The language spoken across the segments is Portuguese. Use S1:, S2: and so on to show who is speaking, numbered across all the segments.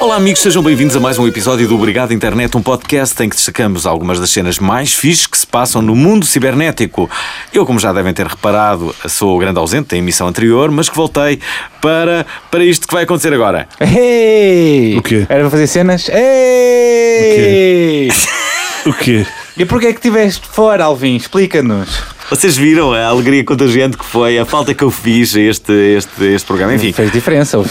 S1: Olá, amigos, sejam bem-vindos a mais um episódio do Obrigado Internet, um podcast em que destacamos algumas das cenas mais fixes que se passam no mundo cibernético. Eu, como já devem ter reparado, sou o grande ausente da emissão anterior, mas que voltei para, para isto que vai acontecer agora.
S2: Ei!
S3: O quê?
S2: Era para fazer cenas? Ei!
S3: O quê?
S2: E porquê é que estiveste fora, Alvin? Explica-nos.
S1: Vocês viram a alegria contagiante que foi, a falta que eu fiz a este, este, este programa, enfim.
S2: Fez diferença. o-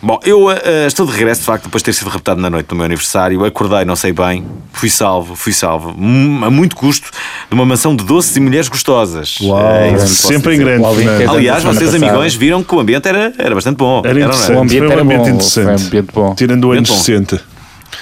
S1: Bom, eu eh, estou de regresso, de facto, depois de ter sido raptado na noite do meu aniversário. Acordei, não sei bem, fui salvo, fui salvo, hum, a muito custo, de uma mansão de doces e mulheres gostosas. Eh, isso posso
S3: sempre em
S1: dizer.
S3: grande. né?
S2: O Alvin
S3: Fernando.
S2: fez antes
S1: Aliás,
S2: da semana
S1: vocês,
S2: passada.
S1: amigões, viram que o ambiente era, era bastante bom.
S3: Era
S1: não
S3: interessante.
S2: O ambiente
S3: foi um
S2: era bom,
S3: ambiente
S2: foi
S3: interessante.
S2: um ambiente bom.
S3: Tirando o anos
S1: Ambiente bom.
S3: 60.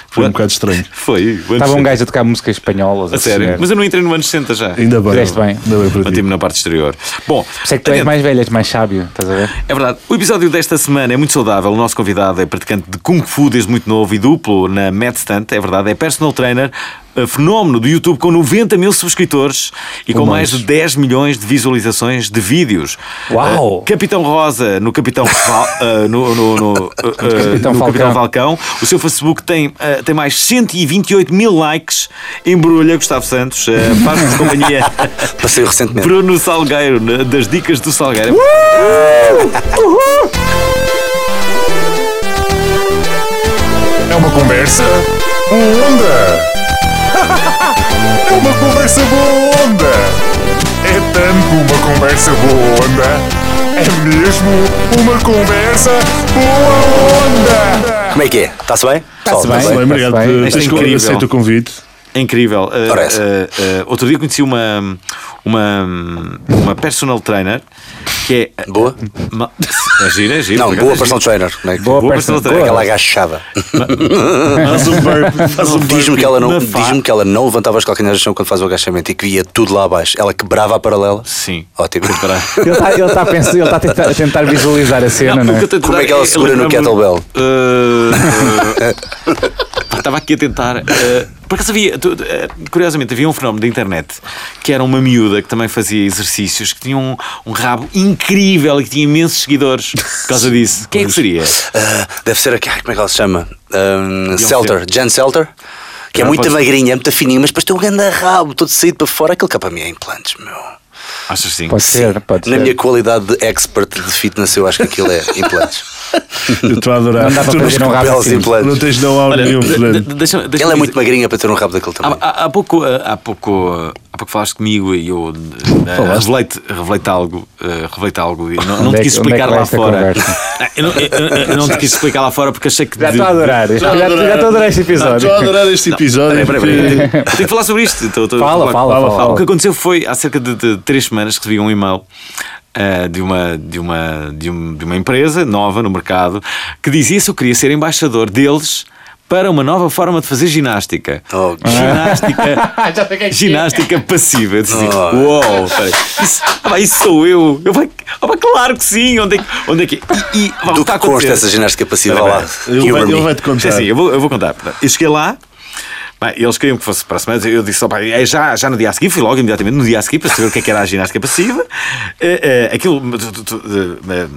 S3: Foi um bocado estranho.
S1: Foi. o
S2: Estava um
S1: anos-
S2: gajo a tocar música espanhola.
S1: A sério. Mas eu não entrei no anos 60 já.
S3: Ainda bem.
S2: Fizeste bem.
S3: Ainda bem para ti.
S1: Mantive-me na parte exterior. Bom,
S2: Sei é que tu és
S1: adiante.
S2: mais velho, és mais sábio, estás a ver?
S1: É verdade. O episódio desta semana é muito saudável. O nosso convidado é praticante de Kung Fu desde muito novo e duplo na Mad Stunt, é verdade. É personal trainer, eh, fenómeno do YouTube com 90 mil subscritores e com mais de 10 milhões de visualizações de vídeos.
S2: Uau!
S1: Eh, Capitão Rosa no Capitão, Fal- eh, no, no- no, eh, eh,
S2: Capitão
S1: no Capitão
S2: Falcão.
S1: Falcão. O seu Facebook tem, eh, tem mais 128 mil likes. Embrulha Gustavo Santos, eh, faz-nos companhia.
S4: Passei recentemente.
S1: Bruno Salgueiro, né, das dicas do Salgueiro.
S5: É uma conversa boa onda. É uma conversa boa onda. É tanto uma conversa boa onda. É mesmo uma conversa boa onda.
S4: Como é que é? Está-se bem?
S2: Está-se
S4: Pessoal,
S3: Tá Bem,
S2: bem.
S3: obrigado
S2: Está-se bem.
S3: por
S1: Isto é
S3: teres co-
S1: incrível.
S3: aceito o convite.
S1: É incrível. Uh,
S4: Ora, essa.
S1: uh, uh, outro dia conheci uma, uma, uma personal trainer que é.
S4: Boa?
S1: Ma- É gira, é gira.
S4: Não,
S1: por acaso
S4: boa
S1: é gira.
S4: personal trainer. Né?
S2: Boa
S1: Boa personal
S2: personal
S4: Com
S1: trainer.
S4: Aquela agachada.
S3: Faz um burp. Faz um
S4: Diz-me que, ela não,
S1: na fa-
S4: diz que ela não levantava as calcanhares do chão quando faz o agachamento e que via tudo lá abaixo. Ela quebrava a paralela.
S1: Sim.
S4: Ótimo.
S1: Espera aí.
S2: Ele está ele tá a, pensar- ele tá a tentar, a tentar visualizar a cena, não,
S1: o
S2: é?
S1: que eu tento
S4: Como é
S1: dar
S4: que ela segura no
S1: lembrar-me-
S4: kettlebell?
S1: Uh, uh, pá, eh, Estava aqui a tentar. uh, por acaso havia, tu- uh, curiosamente, havia um fenómeno da internet que era uma miúda que também fazia exercícios que tinha um, um rabo incrível e que tinha imensos seguidores por causa disso. Quem é que seria?
S4: Ah, deve ser aqui. ai, Como é que ela se chama? Um,
S1: sei.
S4: Selter. Jen Selter. Que é
S1: Não,
S4: muito
S1: pode-
S4: magrinha, é muito fininha, mas depois tem um grande rabo todo saído para fora. Aquele capa a mim é implantes, meu.
S1: Achas sim?
S2: Pode ser, pode
S4: Na
S2: ser.
S4: minha qualidade de expert de fitness, eu acho que aquilo é implantes.
S3: Eu estou a adorar.
S2: Não dá para
S3: Tu
S2: fazer um rabo
S4: belos
S2: assim.
S4: implantes.
S3: não tens não há
S1: Olha,
S3: nenhum,
S1: de- de-
S3: Fernando.
S1: deixa-me- deixa-me
S4: Ela é
S1: dizer- Ah,
S4: muito magrinha para ter um rabo daquele tamanho.
S1: Há, há- há pouco, eh, há, há pouco, há pouco falaste comigo e eu eh, revelei-te revelei-te algo, eh, revelei-te algo e não, não
S2: Onde é
S1: te
S2: que-
S1: quis
S2: onde é que
S1: explicar
S2: vai
S1: lá
S2: esta
S1: fora.
S2: conversa?
S1: Ah, Eu não, eu- eu- eu não te quis explicar lá fora porque achei que.
S2: Já
S1: de-
S2: estou a adorar. este- Já já estou a adorar este episódio.
S3: Estou a adorar este episódio.
S1: Peraí, peraí, peraí. Tenho que falar sobre isto. Estou- estou-
S2: Fala,
S1: estou a
S2: fala,
S1: falar.
S2: fala, fala.
S1: O que aconteceu foi, há cerca de, de três semanas, recebi um e-mail ah, de, uma, de, uma, de, um- de uma empresa nova no mercado que dizia se eu queria ser embaixador deles para uma nova forma de fazer ginástica.
S4: Oh,
S1: Ginástica.
S2: Já sei quem é que é.
S1: Ginástica passiva. Eu disse,
S4: Oh.
S1: uou, peraí, isso, ah, pá, isso sou eu. eu pá, ah, pá, claro que sim. Onde é que. Onde é que e, e, pá, o
S4: Do
S1: está a
S4: que
S1: acontecer-
S4: consta essa ginástica passiva
S1: Espera,
S4: lá?
S1: espera.
S3: Ele vai-
S4: Humor
S3: ele
S4: me.
S3: vai-te
S1: Sim,
S3: contar.
S1: sim, eu vou, eu vou contar. Portanto, Eu cheguei lá. pá, eles queriam que fosse para a semana, eu disse, "Oh, pá, é já, já no dia a seguir, fui logo imediatamente no dia a seguir para saber o que é que era a ginástica passiva. Eh, eh, aquilo, tu- tu- tu, eh, eh,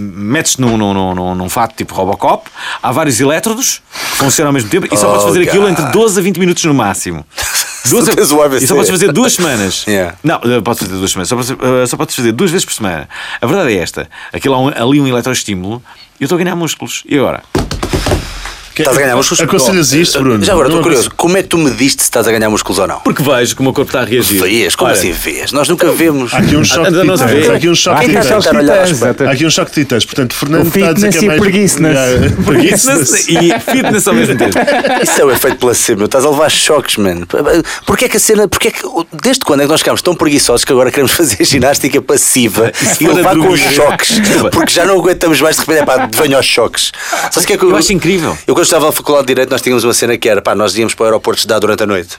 S1: metes num, num, num, num, num fato tipo Robocop, há vários elétrodos que funcionam ao mesmo tempo e só
S4: Oh,
S1: podes fazer aquilo
S4: God.
S1: entre 12 a 20 minutos no máximo.
S4: tu tens um o AVC.
S1: e só podes fazer duas semanas.
S4: Yeah.
S1: Não, eh, podes fazer duas semanas, só podes, eh, só podes fazer duas vezes por semana. A verdade é esta: aquilo há um- ali um eletroestímulo e eu estou a ganhar músculos. E agora? O
S4: Estás a ganhar músculos?
S3: Aconselhas isto, Bruno?
S4: Já agora,
S3: Não
S4: estou curioso.
S3: aconselho.
S4: Como é que tu mediste se estás a ganhar músculos ou não?
S1: Porque vejo que o meu corpo está a reagir.
S4: Vês? Como
S1: Olha,
S4: assim vês? Nós nunca vemos.
S3: Há aqui um choque de
S1: Ainda não se
S3: titãs.
S1: vê.
S3: Há aqui um choque de
S4: Quem está
S3: titãs.
S4: a olhar às
S3: Há aqui um choque de titãs. Portanto, Fernando
S2: O
S3: está a dizer que
S2: fitness
S3: é
S2: e
S3: mais...
S2: preguiçousness.
S3: Yeah,
S1: Fitness
S3: Preguiçousness.
S1: e fitness ao mesmo tempo.
S4: Isso é o efeito placebo, meu. estás a levar choques, mano. Porquê é que a cena, porquê é que, desde quando é que nós ficámos tão preguiçosos que agora queremos fazer ginástica passiva e
S1: for a
S4: levar com os
S1: dormir?
S4: choques?
S1: Desculpa.
S4: Porque já não aguentamos mais, de repente, é pá, venho aos choques. Só que é que
S1: Eu acho incrível.
S4: Eu quando estava na Faculdade de Direito, nós tínhamos uma cena que era, pá, nós íamos para o aeroporto estudar durante a noite.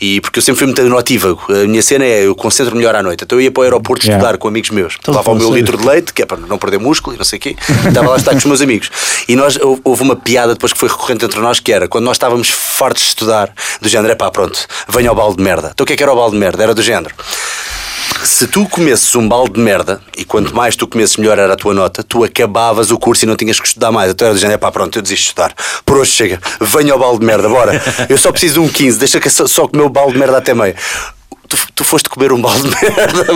S4: E porque eu sempre fui muito notívago, a minha cena é, eu concentro melhor à noite. Então eu ia para o aeroporto
S2: Yeah.
S4: estudar com amigos meus.
S3: Então,
S4: Levava o meu
S3: sério?
S4: litro de leite, que é para não perder músculo e não sei o quê. Estava lá a estar com os meus amigos. E nós, hou- houve uma piada depois que foi recorrente entre nós, que era quando nós estávamos fartos de estudar, do género, é pá, pronto, venha ao balde de merda. Então o que é que era o balde de merda? Era do género. Se tu comesses um balde de merda, e quanto mais tu comesses, melhor era a tua nota, tu acabavas o curso e não tinhas que estudar mais. Então era do género, é pá, pronto, eu desisto de estudar. Por hoje chega, venha ao balde de merda, bora. Eu só preciso de um 15, deixa que eu só, só comer o balde de merda até meio. Tu, tu foste comer um balde de merda.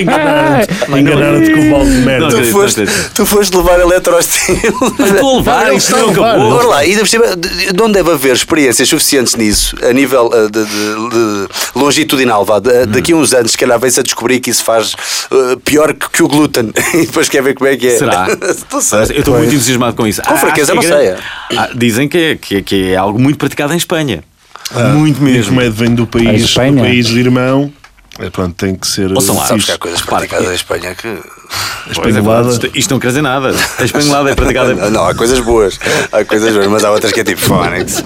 S3: Enganaram-te. Enganaram-te com o balde de merda.
S1: Não,
S4: Tu
S1: Sim,
S4: foste,
S1: sim, sim.
S4: tu foste levar eletrostímulo.
S1: Estou a levar,
S3: ele
S1: isto
S3: está
S1: não
S3: a levar.
S1: acabou.
S4: Ora lá, e ainda por cima, de de onde deve haver experiências suficientes nisso, a nível eh, de, de- de longitudinal, vá, de- daqui a uns anos, se calhar vem-se a descobrir que isso faz eh, pior que, que o glúten. E depois quer ver como é que é.
S1: Será?
S4: não
S1: Mas
S4: sei.
S1: Eu estou muito entusiasmado com isso.
S4: Com fraqueza,
S1: acho que
S4: não
S1: é
S4: sei,
S1: grande. Ah, dizem que é, que, é- que é algo muito praticado em Espanha.
S4: Ah,
S1: muito
S3: E
S1: mesmo.
S3: como é que vem do
S2: A
S3: país, do
S2: Espanha.
S3: país irmão, é, pronto, tem que ser eh,
S1: Ouçam lá,
S3: fixe.
S4: Sabes que há coisas
S1: Repara,
S4: praticadas em Espanha que.
S1: Pois é,
S3: Espanholada.
S1: isto, isto não quer dizer nada. A espanholada é praticada em
S4: Não, não, há coisas boas. Há coisas boas, mas há outras que é tipo fónix.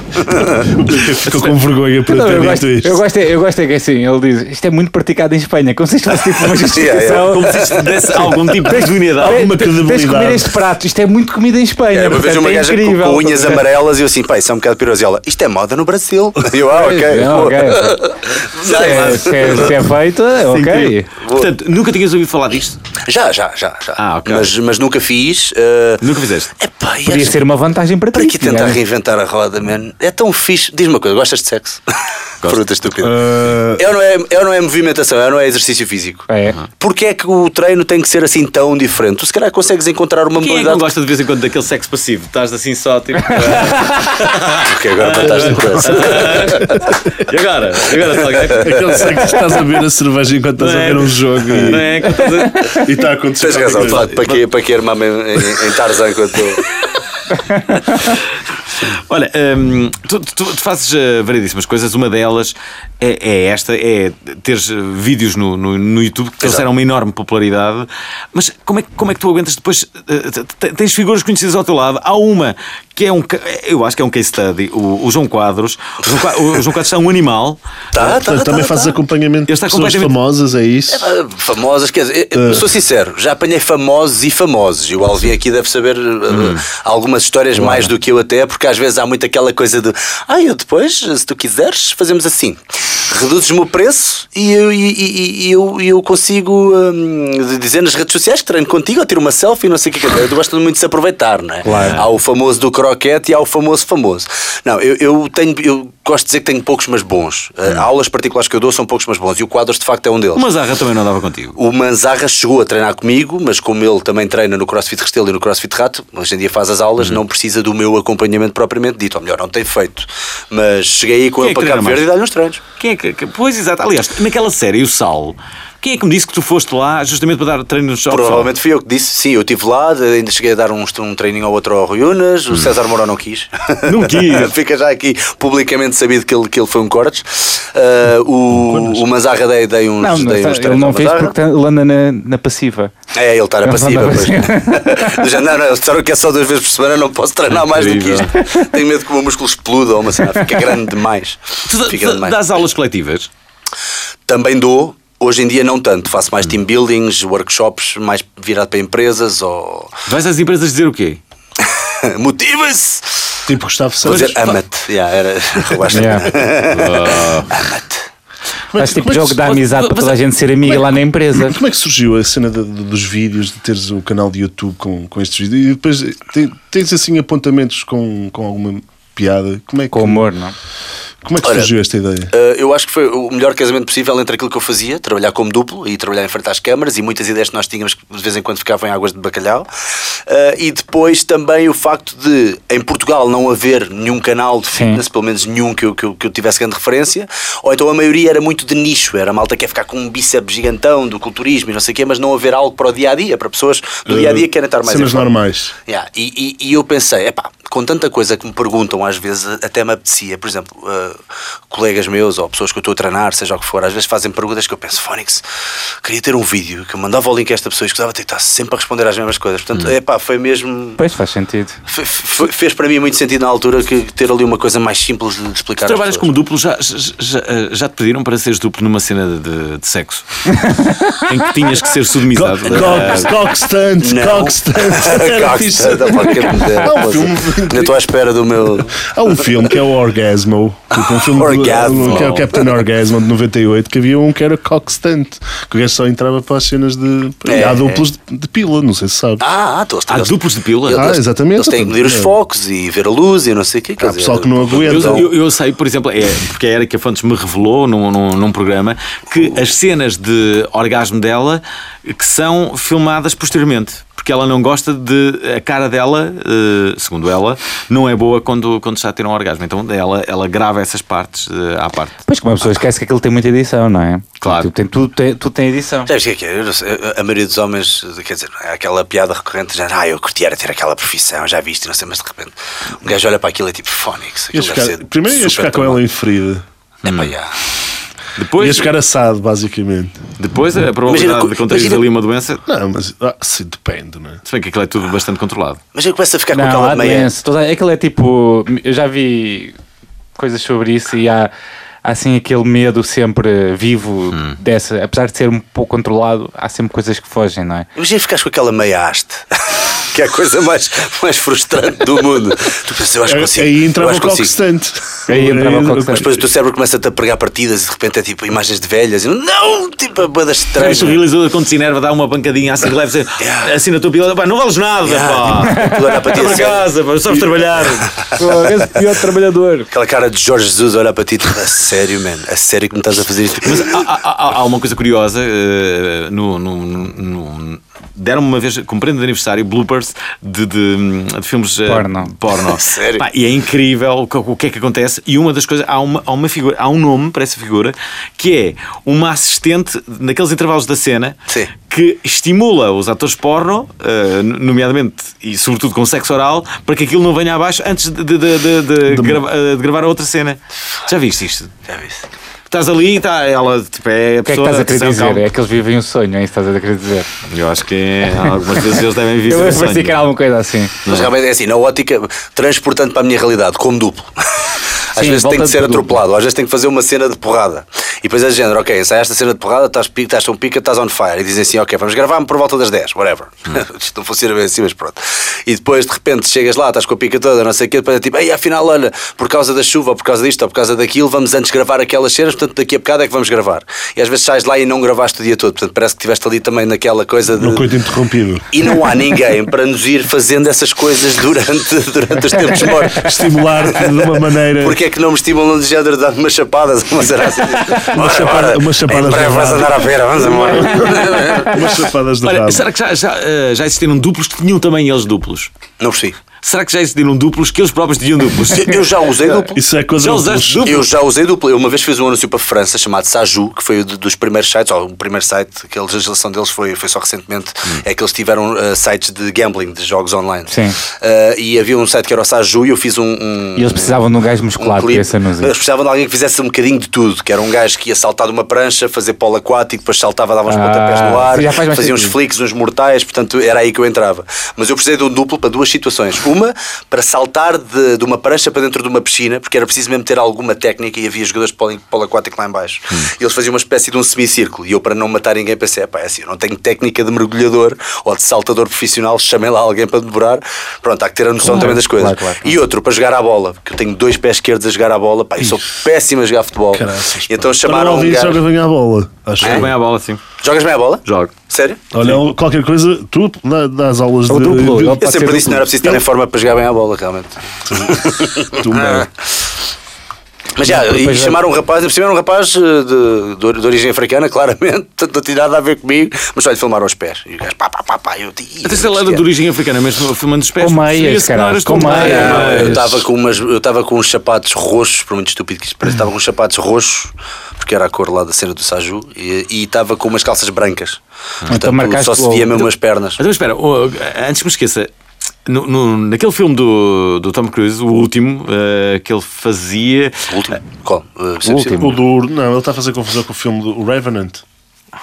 S3: Ficou com vergonha por
S2: Não, eu,
S3: ter
S2: gosto,
S3: dito
S2: eu,
S3: isto.
S2: gosto é, eu gosto é que assim, ele diz isto é muito praticado em Espanha, como se isto fosse tipo uma
S4: Yeah, yeah.
S2: justificação.
S1: Como se isto desse algum tipo de unidade.
S3: Alguma
S2: Te- Tens
S3: credibilidade.
S2: de comer este prato, isto é muito comida em Espanha.
S4: É, uma vez
S2: portanto,
S4: uma
S2: é
S4: gaja com,
S2: incrível.
S4: com unhas amarelas e eu assim, pá, isso é um bocado piroso. E ela, isto é moda no Brasil. E eu, ah, ok.
S2: Não,
S4: boa.
S2: É, ok. Se é- se é- se é feito, ok.
S1: Portanto, nunca tinhas ouvido falar disto?
S4: Já, já, já, já.
S1: Ah, ok.
S4: mas, mas nunca fiz. eh,
S1: Nunca fizeste?
S4: Epá, e
S2: Podia
S4: acho-
S2: ser uma vantagem para ti.
S4: Para que tentar
S1: né?
S2: não é?
S4: reinventar a roda, man? É tão fixe. Diz-me uma coisa, gostas de sexo? Pergunta estúpida.
S1: Eh,
S3: Ah,
S4: Eu não, é, eu não é movimentação, eu não é exercício físico.
S2: É.
S4: Porquê é que o treino tem que ser assim tão diferente? Tu se calhar consegues encontrar
S1: Quem é
S4: uma
S1: que
S4: modalidade.
S1: não gosta de vez em quando daquele sexo passivo? Estás assim só, tipo.
S4: Porque
S1: Ah,
S4: agora para estás de coisa.
S1: e agora? E agora se alguém.
S3: Aquele sangue que estás a ver a cerveja enquanto estás a ver um jogo e-
S1: Não é? Quando estás a-
S3: e está a acontecer.
S1: ah,
S4: Tens razão, de
S3: qualquer
S4: facto, para que, para que armar-me em, em, em Tarzan quando eu-
S1: Olha, hum, tu, tu- tu fazes eh, variedíssimas coisas. Uma delas é, é esta: é teres eh, vídeos no, no, no YouTube que trouxeram uma enorme popularidade. Mas como é, que- como é que tu aguentas depois? eh, te- te- tens figuras conhecidas ao teu lado. Há uma que é um. ca- Eu acho que é um case study. O, o João Quadros. O João, Qua- o João Quadros está um animal.
S4: Tá, tá,
S3: Portanto, também fazes acompanhamento de
S1: Ele está
S3: pessoas
S1: completamente-
S3: famosas, é isso?
S4: Ah, Famosas, quer dizer, eu- eu sou sincero, já apanhei famosos e famosos. E o Alvi aqui deve saber uh, algumas histórias mais do que eu, até, porque às vezes há muito aquela coisa de ah, eu depois, se tu quiseres, fazemos assim. Reduzes-me o preço e eu, e- e- e eu, e eu consigo hum, dizer nas redes sociais que treino contigo ou tiro uma selfie e não sei o que é. Eu gosto muito de se aproveitar, não é?
S2: Claro.
S4: Há o famoso do croquete e há o famoso famoso. Não, eu, eu tenho, eu gosto de dizer que tenho poucos, mas bons. Uh, Aulas particulares que eu dou são poucos, mas bons. E o quadros, de facto, é um deles.
S1: O Mazarra também não andava contigo.
S4: O Manzarra chegou a treinar comigo, mas como ele também treina no CrossFit Restelo e no CrossFit Rato, hoje em dia faz as
S2: Uhum.
S4: aulas, não precisa do meu acompanhamento propriamente dito, ou melhor, não tem feito. Mas cheguei aí com
S1: Quem é
S4: ele
S1: que
S4: para Cabo
S1: treina
S4: Verde e dá-lhe uns treinos.
S2: Então,
S1: Quem é que, que- pois, exato. Aliás, naquela série, o Sal, quem é que me disse que tu foste lá justamente para dar treinos ao pessoal?
S4: Provavelmente fui eu que disse, sim, eu estive lá, de- ainda cheguei a dar uns- um treininho ao outro ao Rui Unas,
S2: Hum.
S4: o César Mourão não quis.
S1: Não quis.
S4: Fica já aqui publicamente sabido que ele, que ele foi um cortes. Ah, o, o Manzarra dei, dei uns,
S2: Um Não,
S4: dei uns
S2: mas ele
S4: treinos
S2: não
S4: ao
S2: fez
S4: Manzarra.
S2: porque ele anda na, na passiva.
S4: É, ele estar a
S2: Ele
S4: passiva.
S2: anda
S4: Pois.
S2: passiva.
S4: Do género, não, não, eles disseram que é só duas vezes por semana, não posso treinar mais do que
S1: Incrível.
S4: isto. Tenho medo que o meu músculo exploda ou uma cena, fica grande demais.
S1: Tu, da-
S4: Fica
S1: da-
S4: grande demais.
S1: das aulas coletivas?
S4: Também dou, hoje em dia não tanto, faço mais team buildings, workshops, mais virado para empresas ou.
S1: Vais às empresas dizer o quê?
S4: Motiva-se!
S3: Tipo Gustavo
S4: Vou
S3: Santos.
S4: dizer ama-te. Yeah, era... eu acho que-
S2: Yeah.
S4: Ama-te.
S2: Faz tipo
S3: mas- é
S2: jogo da
S1: mas-
S2: amizade para
S1: mas-
S2: toda a gente ser amiga lá na empresa.
S3: Como é que surgiu a cena de- de- dos vídeos, de teres o canal de YouTube com, com estes vídeos? E depois te- tens assim apontamentos com, com alguma piada? Como é que,
S2: Com humor, não?
S3: Como é que
S4: Olha,
S3: surgiu esta ideia?
S4: Uh, eu acho que foi o melhor casamento possível entre aquilo que eu fazia, trabalhar como duplo e trabalhar em frente às câmaras e muitas ideias que nós tínhamos que de vez em quando ficavam em águas de bacalhau. Ah, e depois também o facto de, em Portugal, não haver nenhum canal de fitness, pelo menos nenhum que eu, que, eu, que eu tivesse grande referência, ou então a maioria era muito de nicho, era a malta que quer ficar com um bíceps gigantão do culturismo e não sei o quê, mas não haver algo para o dia a dia, para pessoas do dia a dia que querem estar mais em
S3: Eh, Cenas
S4: forma.
S3: normais.
S4: Yeah, E, e, e eu pensei, epá, com tanta coisa que me perguntam, às vezes até me apetecia, por exemplo, eh, colegas meus ou pessoas que eu estou a treinar, seja o que for, às vezes fazem perguntas que eu penso, Fónix, queria ter um vídeo que eu mandava o link a esta pessoa e escutava ter que estar sempre a responder às mesmas coisas. Portanto,
S3: Hum.
S4: epá, foi mesmo.
S2: Pois faz sentido.
S4: fe- fe- Fez para mim muito sentido na altura que ter ali uma coisa mais simples de explicar. às
S1: Trabalhas como
S4: pessoas.
S1: duplo, já, já, já- eh, já te pediram para seres duplo numa cena de, de sexo em que tinhas que ser sodomizado.
S3: Cox, Cox Stunt,
S4: Não.
S3: Cox Stunt. Era
S4: Cox,
S3: fixe.
S4: tá, pá, quer me der,
S3: Há um
S4: pois é.
S3: filme.
S4: Ainda estou à espera do meu.
S3: Há um filme que é o Orgasmo, tipo um filme
S4: Orgasmo.
S3: Do, que é o Captain Orgasmo de 98, que havia um que era Cox Stunt, que o gajo só entrava para as cenas de.
S4: É,
S3: há duplos de, de pila, não sei se sabes.
S4: Ah, ah, tô,
S1: Há duplos de pílula?
S3: Ah, exatamente.
S4: Eles têm que medir os
S3: É.
S4: focos e ver a luz e não sei o quê. quer
S3: Há
S4: dizer,
S3: pessoal que não aguenta.
S1: Eu,
S4: então-
S1: eu- eu sei, por exemplo, é, porque a Erika Fontes me revelou num, num, num programa que as cenas de orgasmo dela que são filmadas posteriormente, porque ela não gosta de. A cara dela, eh, segundo ela, não é boa quando, quando está a ter um orgasmo. Então ela, ela grava essas partes eh, à parte.
S2: Pois que uma pessoa esquece que aquilo tem muita edição, não é?
S1: Claro.
S2: Tipo, Tem, tudo, tem, tudo tem edição.
S4: Sabes o que é que é? Eu não sei, a- A maioria dos homens, quer dizer, há aquela piada recorrente, já, ah, eu curtia era ter aquela profissão, já viste, não sei, mas de repente um gajo olha para aquilo e é tipo fónix.
S3: Ias ficar- primeiro ias ficar com ela em ferida.
S4: É pá, já.
S1: Depois,
S3: Ias ficar assado, basicamente.
S1: depois a probabilidade
S4: Imagina,
S1: de contrair
S4: imagina-
S1: ali uma doença.
S3: Não, mas ah, se depende, não é?
S1: Se bem que aquilo é tudo bastante controlado.
S4: Mas eu começo a ficar com
S2: Não,
S4: aquela
S2: há
S4: meia.
S2: doença. Toda- Aquilo é tipo. Eu já vi coisas sobre isso e há, há assim aquele medo sempre vivo
S1: Hum.
S2: dessa. Apesar de ser um pouco controlado, há sempre coisas que fogem, não é?
S4: Imagina ficares com aquela meia haste. Que é a coisa mais, mais frustrante do mundo. Tu pensas, eu acho que consigo.
S3: É, Aí
S4: eu
S3: entrava
S4: acho
S3: o
S4: que
S3: Cox
S4: consigo.
S3: Stunt.
S2: Aí entrava o Cox
S4: Mas
S2: Stunt.
S4: depois o teu cérebro começa-te a pregar partidas e de repente é tipo imagens de velhas. E, não! Tipo, a boa estranhas.
S1: Mas o realizador, quando se enerva, dá uma pancadinha assim leve, assim,
S4: Yeah.
S1: assim na tua pílula, pá, não vales nada, pá.
S4: Yeah, tipo, tu olhar para ti
S1: Vai para
S4: assim, olha,
S1: casa, pá, sabes trabalhar.
S2: Esse pior trabalhador.
S4: Aquela cara de Jorge Jesus a olhar para ti, tipo, a sério, man, a sério que me estás a fazer isto. ah,
S1: Mas há, há- há- há uma coisa curiosa. eh, no, no- no- deram-me uma vez, compreendo de aniversário, bloopers de, de- de filmes eh,
S2: Porno.
S1: porno.
S4: Sério?
S1: Pá, e é incrível o que, o que é que acontece. E uma das coisas, há uma, há uma figura, há um nome para essa figura que é uma assistente naqueles intervalos da cena.
S4: Sim.
S1: Que estimula os atores porno, eh, nomeadamente e sobretudo com sexo oral, para que aquilo não venha abaixo antes de, de- de- de- de grava- eh, de gravar a outra cena. Já viste isto?
S4: Já viste?
S1: Estás ali, está ela de pé, a
S2: O que é que
S1: pessoa.
S2: estás a querer
S1: são
S2: dizer?
S1: calma.
S2: É que eles vivem um sonho, é isso que estás a querer dizer.
S1: Eu acho que é, algumas vezes eles devem viver.
S2: Eu
S1: um sonho.
S2: parecia que era alguma coisa assim.
S4: Mas realmente é assim, na ótica, transportando para a minha realidade, como duplo. Às
S2: Sim,
S4: vezes tem que
S2: voltando
S4: ser
S2: para o duplo.
S4: atropelado, às vezes tem que fazer uma cena de porrada. E depois é de género, ok, sai esta cena de porrada, estás pica, estás com pica, estás on fire. E dizem assim, ok, vamos gravar-me por volta das 10, whatever.
S2: Hum.
S4: Isto não funciona bem assim, mas pronto. E depois de repente chegas lá, estás com a pica toda, não sei o quê, depois é tipo, ei, afinal, olha, por causa da chuva, ou por causa disto, ou por causa daquilo, vamos antes gravar aquelas cenas, portanto daqui a bocado é que vamos gravar. E às vezes sais lá e não gravaste o dia todo, portanto parece que estiveste ali também naquela coisa de.
S3: No coito interrompido.
S4: E não há ninguém para nos ir fazendo essas coisas durante, durante os tempos mortos.
S3: Estimular-te de uma maneira.
S4: Porque é que não me estimulam de género de dar umas chapadas? Uma, assim. Bora,
S3: chapada-
S4: bora.
S3: umas chapadas
S4: Em breve
S3: de
S4: vais
S3: lado.
S4: andar à feira, vamos embora.
S3: Umas chapadas de
S1: Olha,
S3: rabo.
S1: será que já, já, eh, já existiram duplos que tinham também eles duplos?
S4: Não percebi.
S1: Será que já existiram duplos que eles próprios tinham duplos?
S4: Eu já usei duplo.
S3: Isso é coisa
S1: Já usaste duplos?
S4: Eu já usei duplo. Eu uma vez fiz um anúncio para a França chamado Saju, que foi o de- dos primeiros sites, ou o primeiro site que a legislação deles foi, foi só recentemente,
S3: Hum.
S4: é que eles tiveram eh, sites de gambling, de jogos online.
S2: Sim.
S4: Eh, e havia um site que era o Saju e eu fiz um. um-
S2: E eles precisavam de um gajo
S4: um
S2: musculado para
S4: clipe.
S2: esse anúncio.
S4: Eles precisavam de alguém que fizesse um bocadinho de tudo, que era um gajo que ia saltar de uma prancha, fazer polo aquático, depois saltava, dava uns
S2: Ah,
S4: pontapés no ar,
S2: sim, já faz mais
S4: fazia uns
S2: sentido.
S4: flicks, uns mortais, portanto era aí que eu entrava. Mas eu precisei de um duplo para duas situações. Uma, para saltar de, de uma prancha para dentro de uma piscina, porque era preciso mesmo ter alguma técnica e havia jogadores de polo, polo aquático lá em baixo.
S2: Hum.
S4: E eles faziam uma espécie de um semicírculo. E eu, para não matar ninguém, pensei, pá, é assim, eu não tenho técnica de mergulhador ou de saltador profissional, chamei lá alguém para devorar. Pronto, há que ter a noção também das coisas.
S2: claro, claro.
S4: E outro, para jogar à bola, porque eu tenho dois pés esquerdos a jogar à bola, pá, eu sou péssimo a jogar futebol.
S3: Caraças,
S4: E então
S3: Para
S4: chamaram
S3: não
S4: um
S3: ouvir, joga
S4: gajo. É.
S3: bem à bola. Acho
S1: Jogo
S3: eu.
S1: bem à bola, sim.
S4: Jogas bem a bola?
S1: Jogo.
S4: Sério?
S3: Olha, um, qualquer coisa, tu dá- das aulas
S4: É
S3: de.
S2: Ou duplo, ou-
S3: de
S4: Eu
S2: Pode
S4: sempre
S2: ser
S4: disse que não era preciso estar em forma para jogar bem à bola, realmente.
S3: tu, merda.
S4: Mas já, e, e
S2: Depois-
S4: chamaram um rapaz, por cima era um rapaz eh, de, de or- de origem africana, claramente, portanto, não tinha nada a ver comigo, mas olha, filmaram os pés. E o gajo, pá, pá, pá, pá, eu digo.
S1: Até se ele era de origem africana, mas filmando os pés.
S2: Com
S1: preferia-se
S2: meias,
S1: que não
S2: caralho,
S1: eras
S2: com
S1: tu.
S2: meias.
S1: Ah,
S4: É, Eu
S2: Mas-
S4: estava com umas, eu estava com uns sapatos roxos, por muito estúpido que isso parece, estava com uns sapatos roxos, porque era a cor lá da cena do Saju, e e estava com umas calças brancas. Portanto,
S2: marcaste
S4: só se
S2: logo.
S4: via mesmo as pernas.
S1: Então, espera, oh, antes que me esqueça, no, no- naquele filme do, do Tom Cruise, o último, eh, que ele fazia.
S4: O último. Qual? Uh,
S2: O
S4: Percebes?
S2: último.
S3: O do Urso. Não, ele está a fazer confusão com o filme do Revenant.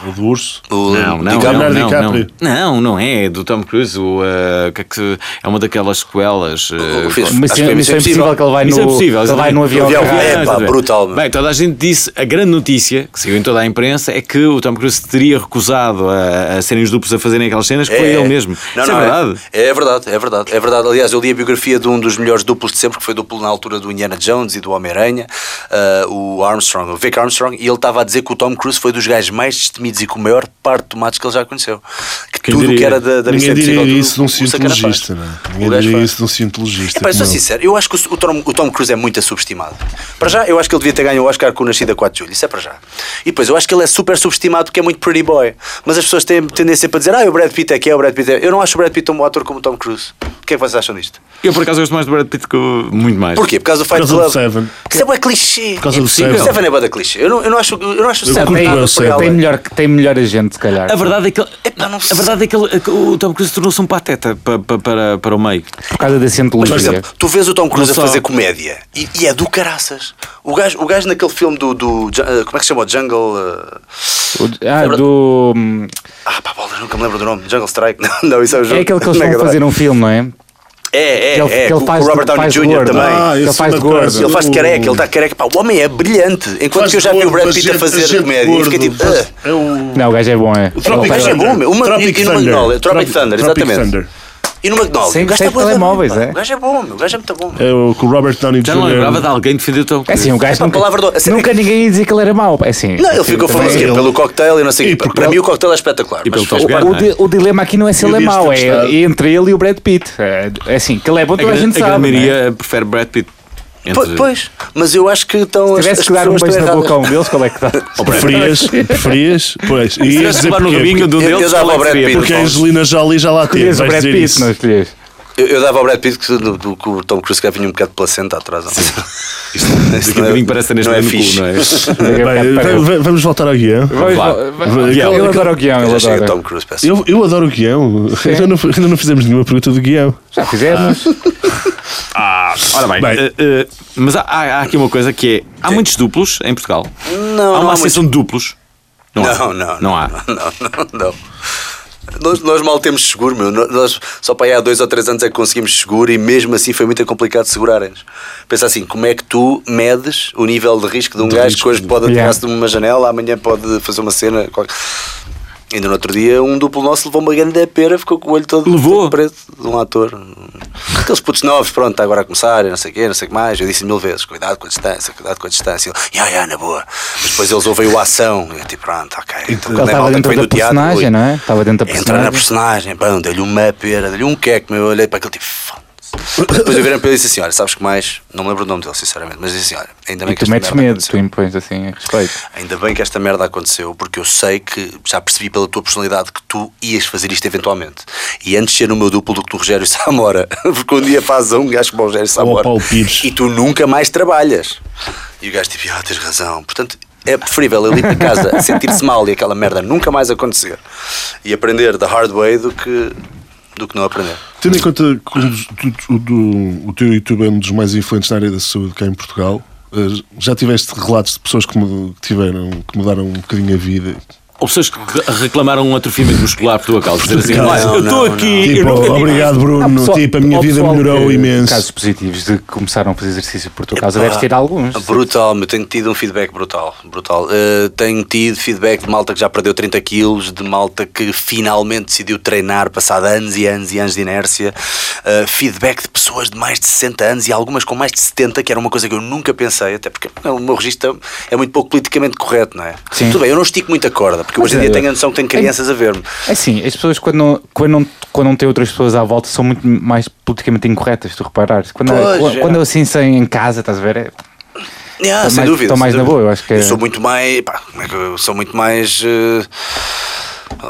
S3: O do Urso.
S4: O
S1: Não, não,
S4: DiCaprio?
S1: não,
S3: Leonardo
S1: não, não.
S3: DiCaprio.
S1: Não, não é, do Tom Cruise. O, eh, que é, que- é uma daquelas sequelas. eh,
S4: O filho-
S2: Mas
S4: Acho
S2: é,
S4: que é
S2: mas é
S4: impossível.
S2: impossível que ele vai
S1: Isso
S2: no,
S1: é possível.
S2: que ele vai no avião.
S4: avião.
S2: caralho.
S4: É, pá,
S1: Estás a ver?
S4: brutal, meu.
S1: Bem, toda a gente disse, a grande notícia que saiu em toda a imprensa é que o Tom Cruise teria recusado a, a serem os duplos a fazerem aquelas cenas, que foi ele mesmo.
S4: Não,
S1: Isso
S4: não,
S1: é verdade.
S4: É, verdade, é verdade, é verdade. Aliás, eu li a biografia de um dos melhores duplos de sempre, que foi duplo na altura do Indiana Jones e do Homem-Aranha, ah, o Armstrong, o Vic Armstrong, e ele estava a dizer que o Tom Cruise foi dos gajos mais destemidos e com o maior par de tomates que ele já conheceu. Que
S1: Quem
S4: tudo o que
S1: diria?
S4: era da, da Missão
S3: Ninguém diria
S4: Impossível,
S3: isso de um
S4: o sacana faz.
S3: cientologista, não é?
S4: O
S3: Ninguém
S4: gajo
S3: diria
S4: faz. É
S3: isso de um cientologista.
S4: Epá, eu sou
S3: como ele.
S4: sincero, eu acho que o, o Tom, o Tom Cruise é muito subestimado. Para já, eu acho que ele devia ter ganho o Oscar com o Nascida 4 de Julho, isso é para já. E depois, eu acho que ele é super subestimado porque é muito pretty boy. Mas as pessoas têm tendência para dizer, ah, o Brad Pitt é que é, o Brad Pitt é. Eu não acho o Brad Pitt tão bom ator como o Tom Cruise. O que é que vocês acham disto?
S1: Eu, por acaso, gosto mais do Brad Pitt que o- muito mais.
S4: Porquê? Por causa do Fight
S3: causa do
S4: Club?
S3: Seven.
S4: Que Seven é clichê. Por
S3: causa do
S4: O
S3: Seven.
S4: Seven é bada clichê. Eu não, eu não acho, eu não acho o
S3: Eu
S4: Seven.
S3: curto
S4: nada
S3: o
S4: por
S3: Seven.
S4: ela.
S2: Tem melhor, tem melhor agente, se calhar.
S1: A verdade é que ele,
S4: Epá, não
S1: a
S4: sei.
S1: verdade é que ele- que o Tom Cruise tornou-se um pateta pa- pa- para, para, o meio.
S2: Por causa da
S4: Mas, por
S2: cientologia.
S3: é.
S4: exemplo, tu vês o Tom Cruise
S1: Não
S4: a
S1: só-
S4: fazer comédia e, e é do caraças. O gajo, o gajo naquele filme do, do- Ju- eh, Como é que se chama? O Jungle. eh,
S2: O- ah, do.
S4: Ah, pá, bolas, nunca me lembro do nome. Jungle Strike. Não, não isso é o jogo.
S2: É aquele que eles
S4: Mega
S2: vão
S4: Drive.
S2: fazer um filme, não é?
S4: É, é,
S2: que ele,
S4: é.
S2: que ele
S4: com
S2: faz,
S4: o Robert Downey
S2: faz
S4: Jr.
S2: gordo.
S4: também.
S3: Ah,
S2: ele
S3: esse
S2: faz de
S3: filme é de
S2: gordo.
S3: coisa.
S4: Ele faz de
S3: O-
S4: careca, ele está careca. Pá, o homem é brilhante. Enquanto
S3: Faz
S4: que eu já vi o
S3: gordo,
S4: Brad
S3: mas
S4: Pitt a
S3: gente-
S4: fazer
S3: gente
S4: comédia. E fiquei
S3: gordo.
S4: tipo. ah,
S3: É o.
S2: Não, o gajo é bom, é.
S4: Tropic
S2: Ele faz-
S4: Thunder. é bom, meu. Uma-
S3: Tropic
S4: e- e no
S3: Thunder.
S4: Magnolia, é Tropic Thunder, exatamente.
S3: Thunder.
S4: E no McDonald's.
S2: Sem-
S4: o gajo
S2: sem
S4: tá bué da bom,
S2: telemóveis,
S4: pá.
S2: é?
S4: O gajo é bom, meu. o gajo é muito bom.
S3: É o que o Robert Downey Jr.
S1: Já não lembrava de alguém defender o Tom
S2: É
S1: Cruise.
S2: assim, o gajo
S4: Pá,
S2: nunca,
S4: palavra do- assim-
S2: nunca ninguém ia dizer que ele era mau. É assim,
S4: Não, ele
S2: assim,
S4: ficou famoso
S2: também-
S4: aqui pelo cocktail e não sei
S3: E
S4: o quê.
S3: porque
S4: Para
S3: ele-
S4: mim o cocktail é espetacular.
S1: e
S4: mas
S1: pelo Top
S4: fez
S1: Gun,
S4: parte-
S1: não
S2: O,
S1: é?
S2: di- o dilema aqui não é se
S3: E o
S2: ele é
S3: Dias
S2: mau, é
S3: Tempestade.
S2: entre ele e o Brad Pitt. É é assim, que ele é bom,
S1: A
S2: toda a,
S1: grande,
S2: gente
S1: a grande
S2: sabe. não é?
S1: maioria eh, prefere Brad Pitt.
S4: Pois, pois, mas eu acho que estão
S2: Se
S4: as,
S2: tivesse
S4: as
S2: que dar um
S4: pessoas
S2: beijo
S4: estão
S2: na
S4: erradas.
S2: boca a um deles, qual é que dá?
S3: Preferias? Preferias? Pois. E ias dizer
S1: levar no
S3: porquê?
S1: domingo de um
S4: Eu- eu
S1: deles,
S4: dava
S1: qual é
S4: ao
S1: que
S4: Brad
S1: seria?
S4: Pitt.
S3: Porque a Angelina Jolie já lá teve.
S2: Escolhias o
S3: Vais
S2: Brad
S3: dizer
S2: Pitt,
S3: isso.
S2: não escolhias?
S4: Eu, eu dava ao Brad Pitt que, do, do, que o Tom Cruise que vinha um bocado de placenta atrás. não. Isto
S1: Daqui a um bocadinho parece neste
S4: não é
S1: no cu,
S4: fixe.
S1: Eh, não é?
S2: Daqui a
S3: Bem,
S2: bocado
S3: v-
S2: pega-
S3: v- vamos voltar ao guião.
S2: Vamos
S1: Vá.
S2: lá. Ele
S1: Guião.
S2: ele adora o guião, ele
S4: Já chega Tom
S2: adora.
S4: Cruise, peço.
S3: Eu, eu adoro o guião. Ainda não, ainda não fizemos nenhuma pergunta do guião.
S2: Já fizemos.
S1: Ora bem,
S3: Bem.
S1: eh, eh, mas há, há- há aqui uma coisa que é: há muitos duplos em Portugal.
S4: Não,
S1: há
S4: não
S1: uma
S4: há
S1: associação de duplos. Não, há.
S4: Não, não,
S1: Não há.
S4: Não, não, não. Nós, nós mal temos seguro, meu. Nós- Nós, só para aí há dois ou três anos é que conseguimos seguro e mesmo assim foi muito complicado segurarem-nos. Pensa assim, como é que tu medes o nível de risco de um gajo que hoje pode
S2: Yeah.
S4: atirar-se de uma janela, amanhã pode fazer uma cena. qualquer- Ainda no outro dia, um duplo nosso levou uma grande pera, ficou com o olho todo,
S1: Levou?
S4: todo preto de um ator. Aqueles putos novos, pronto, está agora a começar, e não sei o quê, não sei o que mais. Eu disse mil vezes: cuidado com a distância, cuidado com a distância. Ele, ya, ya, na boa. Mas depois eles ouvem o ação, e eu tipo, pronto, ok. Então,
S2: Ele estava dentro da personagem, não é? Estava dentro da
S4: Entrar na
S2: personagem.
S4: personagem, pão, dei-lhe uma pera, dei-lhe um queque, meu, eu olhei para aquele tipo. foda-se. Depois eu virei para ele e disse assim: Olha, sabes que mais? Não me lembro o nome dele, sinceramente, mas disse assim: Olha, ainda bem
S2: E
S4: que
S2: tu
S4: esta
S2: metes
S4: merda
S2: medo,
S4: aconteceu."
S2: tu impões assim, respeito.
S4: Ainda bem que esta merda aconteceu, porque eu sei que já percebi pela tua personalidade que tu ias fazer isto eventualmente. E antes de ser o meu duplo do que tu, Rogério Samora, porque um dia fazes a um gajo como o Rogério Samora
S3: Paulo Pires.
S4: e tu nunca mais trabalhas. E o gajo tipo, ah, tens razão. Portanto, é preferível ele ir para casa sentir-se mal e aquela merda nunca mais acontecer e aprender the hard way do que, do que não aprender.
S3: Tendo em conta que um dos- tu- o, do- o teu YouTube é um dos mais influentes na área da saúde cá em Portugal, eh, já tiveste relatos de pessoas que, mu- que tiveram, que mudaram um bocadinho a vida?
S1: Ou pessoas que re- reclamaram um atrofamento muscular por tua causa. Dizer assim:
S3: Não,
S1: "Olha, eu
S4: não,
S1: estou
S4: não.
S1: aqui. eu
S3: Tipo,
S1: nunca tive
S3: obrigado Bruno,
S2: Há pessoal-
S3: tipo, a minha
S2: há
S3: vida
S2: pessoal
S3: melhorou
S2: que-
S3: imenso.
S2: Casos positivos de que começaram a fazer exercício por tua causa,
S4: Epá,
S2: deves ter alguns.
S4: Brutal, meu. Tenho tido um feedback brutal. brutal. Uh, tenho tido feedback de malta que já perdeu 30 quilos, de malta que finalmente decidiu treinar, passado anos e anos e anos de inércia. Uh, feedback de pessoas de mais de 60 anos e algumas com mais de 70, que era uma coisa que eu nunca pensei, até porque não, o meu registro é muito pouco politicamente correto, não é?
S2: Sim.
S4: Tudo bem, eu não estico muito a corda, porque
S2: Mas
S4: hoje em dia
S2: é-
S4: tenho a noção que tenho crianças a ver-me.
S2: É assim, as pessoas quando não, quando, não, quando não têm outras pessoas à volta são muito mais politicamente incorretas, se tu reparares. Quando,
S4: Pois,
S2: quando,
S4: é.
S2: quando eu assim sem em casa, estás a ver? É,
S4: Yeah,
S2: Estão
S4: sem
S2: mais-
S4: dúvida.
S2: estão
S4: sem
S2: mais na
S4: dúvida.
S2: boa, eu acho que é-
S4: Eu sou muito mais. Pá, como é que eu sou muito mais. eh,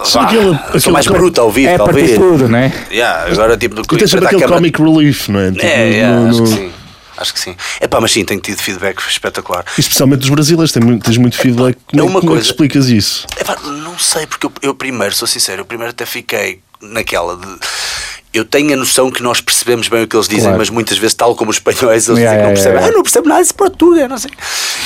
S3: Só
S4: vá,
S3: aquele-
S4: sou
S3: aquele
S4: mais
S3: cor-
S4: bruto ao vivo,
S2: É
S4: talvez.
S2: partir tudo, não é?
S4: Yeah, agora tipo.
S3: E tem sempre
S4: enfrentar a
S3: aquele
S4: câmara-
S3: comic relief, não é? Tipo,
S4: É, yeah,
S3: no-
S4: acho que
S3: no-
S4: sim. Acho que sim. É pá, mas sim, tenho tido feedback espetacular.
S3: Especialmente dos brasileiros, tem mu- tens muito feedback. Como, é- como
S4: uma
S3: é que
S4: coisa-
S3: explicas isso?
S4: Epá, não sei, porque eu, eu primeiro, sou sincero, eu primeiro até fiquei naquela de. Eu tenho a noção que nós percebemos bem o que eles dizem,
S2: Claro.
S4: mas muitas vezes, tal como os espanhóis,
S2: Yeah,
S4: eles dizem que não
S2: yeah,
S4: percebem.
S2: yeah.
S4: Ah, não percebo nada, isso é português, não sei.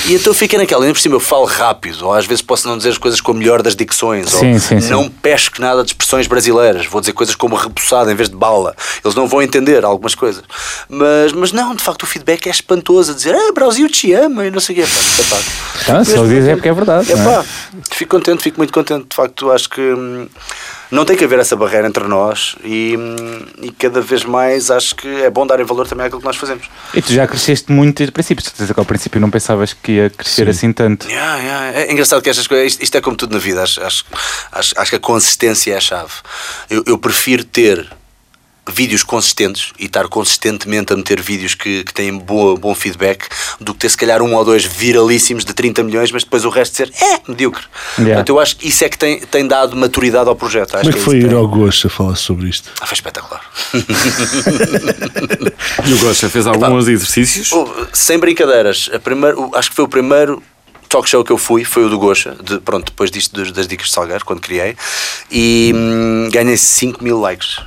S4: E então eu fiquei naquela, ainda por cima eu falo rápido, ou às vezes posso não dizer as coisas com a melhor das dicções, ou
S2: Sim, sim, sim.
S4: não pesco nada de expressões brasileiras, vou dizer coisas como rebuçada em vez de bala. Eles não vão entender algumas coisas. Mas, mas não, de facto, o feedback é espantoso, a dizer, ah, Brasil te ama, e não sei o quê. Pá, epá.
S2: Então, se ele diz é porque é verdade. não é?
S4: Epá, fico contente, fico muito contente. De facto, acho que hum, não tem que haver essa barreira entre nós e, hum, e cada vez mais acho que é bom darem valor também àquilo que nós fazemos.
S2: E tu já cresceste muito desde o princípio. Certeza que ao princípio não pensavas que ia crescer assim tanto.
S4: Yeah, yeah. É engraçado que estas coisas, isto, isto é como tudo na vida, acho, acho, acho, acho que a consistência é a chave. Eu, eu prefiro ter vídeos consistentes e estar consistentemente a meter vídeos que, que têm boa, bom feedback do que ter se calhar um ou dois viralíssimos de 30 milhões, mas depois o resto ser é medíocre.
S2: Yeah.
S4: Portanto, eu acho que isso é que tem, tem dado maturidade ao projeto. Acho
S3: Como é que
S4: é
S3: foi
S4: isso
S3: ir
S4: tem-
S3: ao Gosto a falar sobre isto?
S4: Ah, foi espetacular.
S1: E o Gosta fez alguns exercícios.
S4: Oh, Sem brincadeiras, a primeiro, o- acho que foi o primeiro talk show que eu fui, foi o do Gocha, de, pronto, depois disto dos- das dicas de Salgueiro, quando criei, e hum, ganhei 5 mil likes.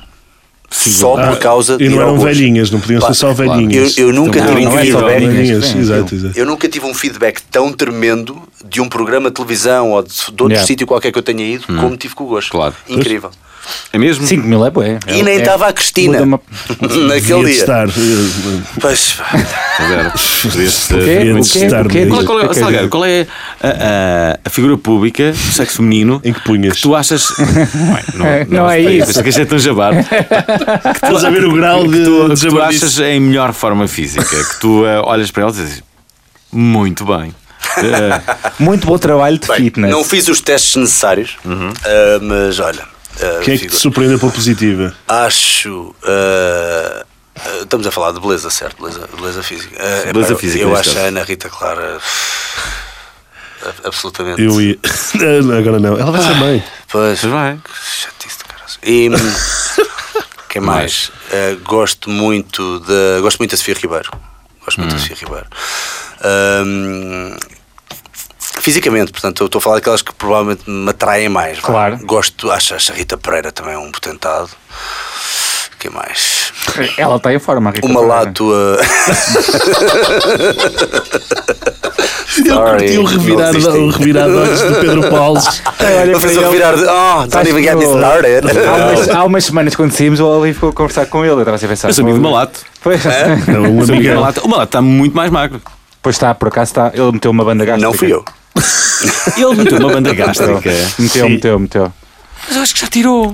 S4: Só
S3: Ah,
S4: por causa de
S3: E
S4: ir
S3: não
S4: ao
S3: eram
S4: Gocha.
S3: velhinhas, né? não podiam
S4: Pá,
S3: ser só
S4: claro.
S3: velhinhas.
S4: Eu, eu nunca
S1: Não,
S4: tive um
S1: não é só
S4: feedback.
S1: velhinhas.
S3: Velhinhas,
S2: Sim,
S3: exato, exato.
S4: Eu nunca tive um feedback tão tremendo de um programa de televisão ou de, de outro
S2: Yeah.
S4: sítio qualquer que eu tenha ido,
S3: Hum.
S4: como tive com o Gocha.
S1: Claro.
S4: Incrível.
S1: É mesmo?
S2: 5 mil é bué.
S4: E nem estava a
S2: muda
S4: Cristina
S2: uma-
S3: é Devia
S4: naquele
S3: de
S4: dia.
S3: estar. eh,
S4: Pois,
S1: Zero. Podias, eh,
S2: É,
S3: Devia
S2: o
S3: de
S2: quê?
S3: estar.
S2: O quê?
S1: Qual, qual,
S2: O que é
S1: é,
S2: que é
S1: Salgueiro,
S2: isso?
S1: qual é a, a- a figura pública do sexo feminino
S3: Em que punhas?
S1: tu achas. Bem,
S2: Não é isso.
S1: Que isto é tão jabar. Que tu,
S3: Estás a ver o grau de-
S1: É que tu, que
S3: de
S1: tu
S3: jabardice.
S1: achas em melhor forma física. Que tu eh, olhas para ela e dizes muito bem. Eh,
S2: Muito bom trabalho de
S4: Bem,
S2: fitness.
S3: né?
S4: Não fiz os testes necessários, ah, mas olha. ah,
S3: Quem é Uhum. que te
S4: figura.
S3: surpreendeu pela positiva?
S4: Acho. ah, ah, estamos a falar de beleza, certo? Beleza, beleza física. Ah,
S1: Beleza
S4: eu-
S1: física,
S4: Eu
S1: neste
S4: acho a
S1: caso.
S4: Ana Rita Clara. ah, Absolutamente.
S3: Eu ia. Agora não. Ela vai ser mãe.
S4: Pois,
S1: Mas vai.
S4: que chatice do caralho. E. hum, Quem mais? Ah, gosto muito da. Gosto muito da Sofia Ribeiro. Gosto muito da
S1: Hum.
S4: Sofia Ribeiro. Ahm, Fisicamente, portanto, eu estou a falar daquelas que provavelmente me atraem mais. vá.
S2: Claro.
S4: Gosto, acho, acho a Rita Pereira também um potentado. Quem mais?
S2: Ela tá está em forma, Rita.
S4: Uma
S2: Pereira.
S4: látua.
S3: Eu
S4: Sorry,
S3: curti o
S4: não
S3: revirado,
S4: existe.
S3: o revirado olhos do Pedro Pauls.
S2: Então, Olha
S4: Ele
S2: para
S4: fez
S2: ele. Ah,
S4: um virar de. Oh, don't even get me started.
S2: Há umas, há umas semanas quando saímos, o Olive ficou a conversar com ele. Eu estava assim a pensar.
S1: Eu sou amigo de
S2: "Pô,
S1: malato.
S2: Pois,
S3: Não,
S4: É?
S3: um
S1: Sou amigo de
S3: amigão.
S1: malato. O malato está muito mais magro.
S2: pois está, por acaso está. Ele meteu uma banda gástrica.
S4: Não fui eu.
S1: Ele meteu uma banda
S2: Meteu,
S1: gástrica.
S2: meteu,
S3: Sim.
S2: meteu, meteu.
S1: Mas eu acho que já tirou.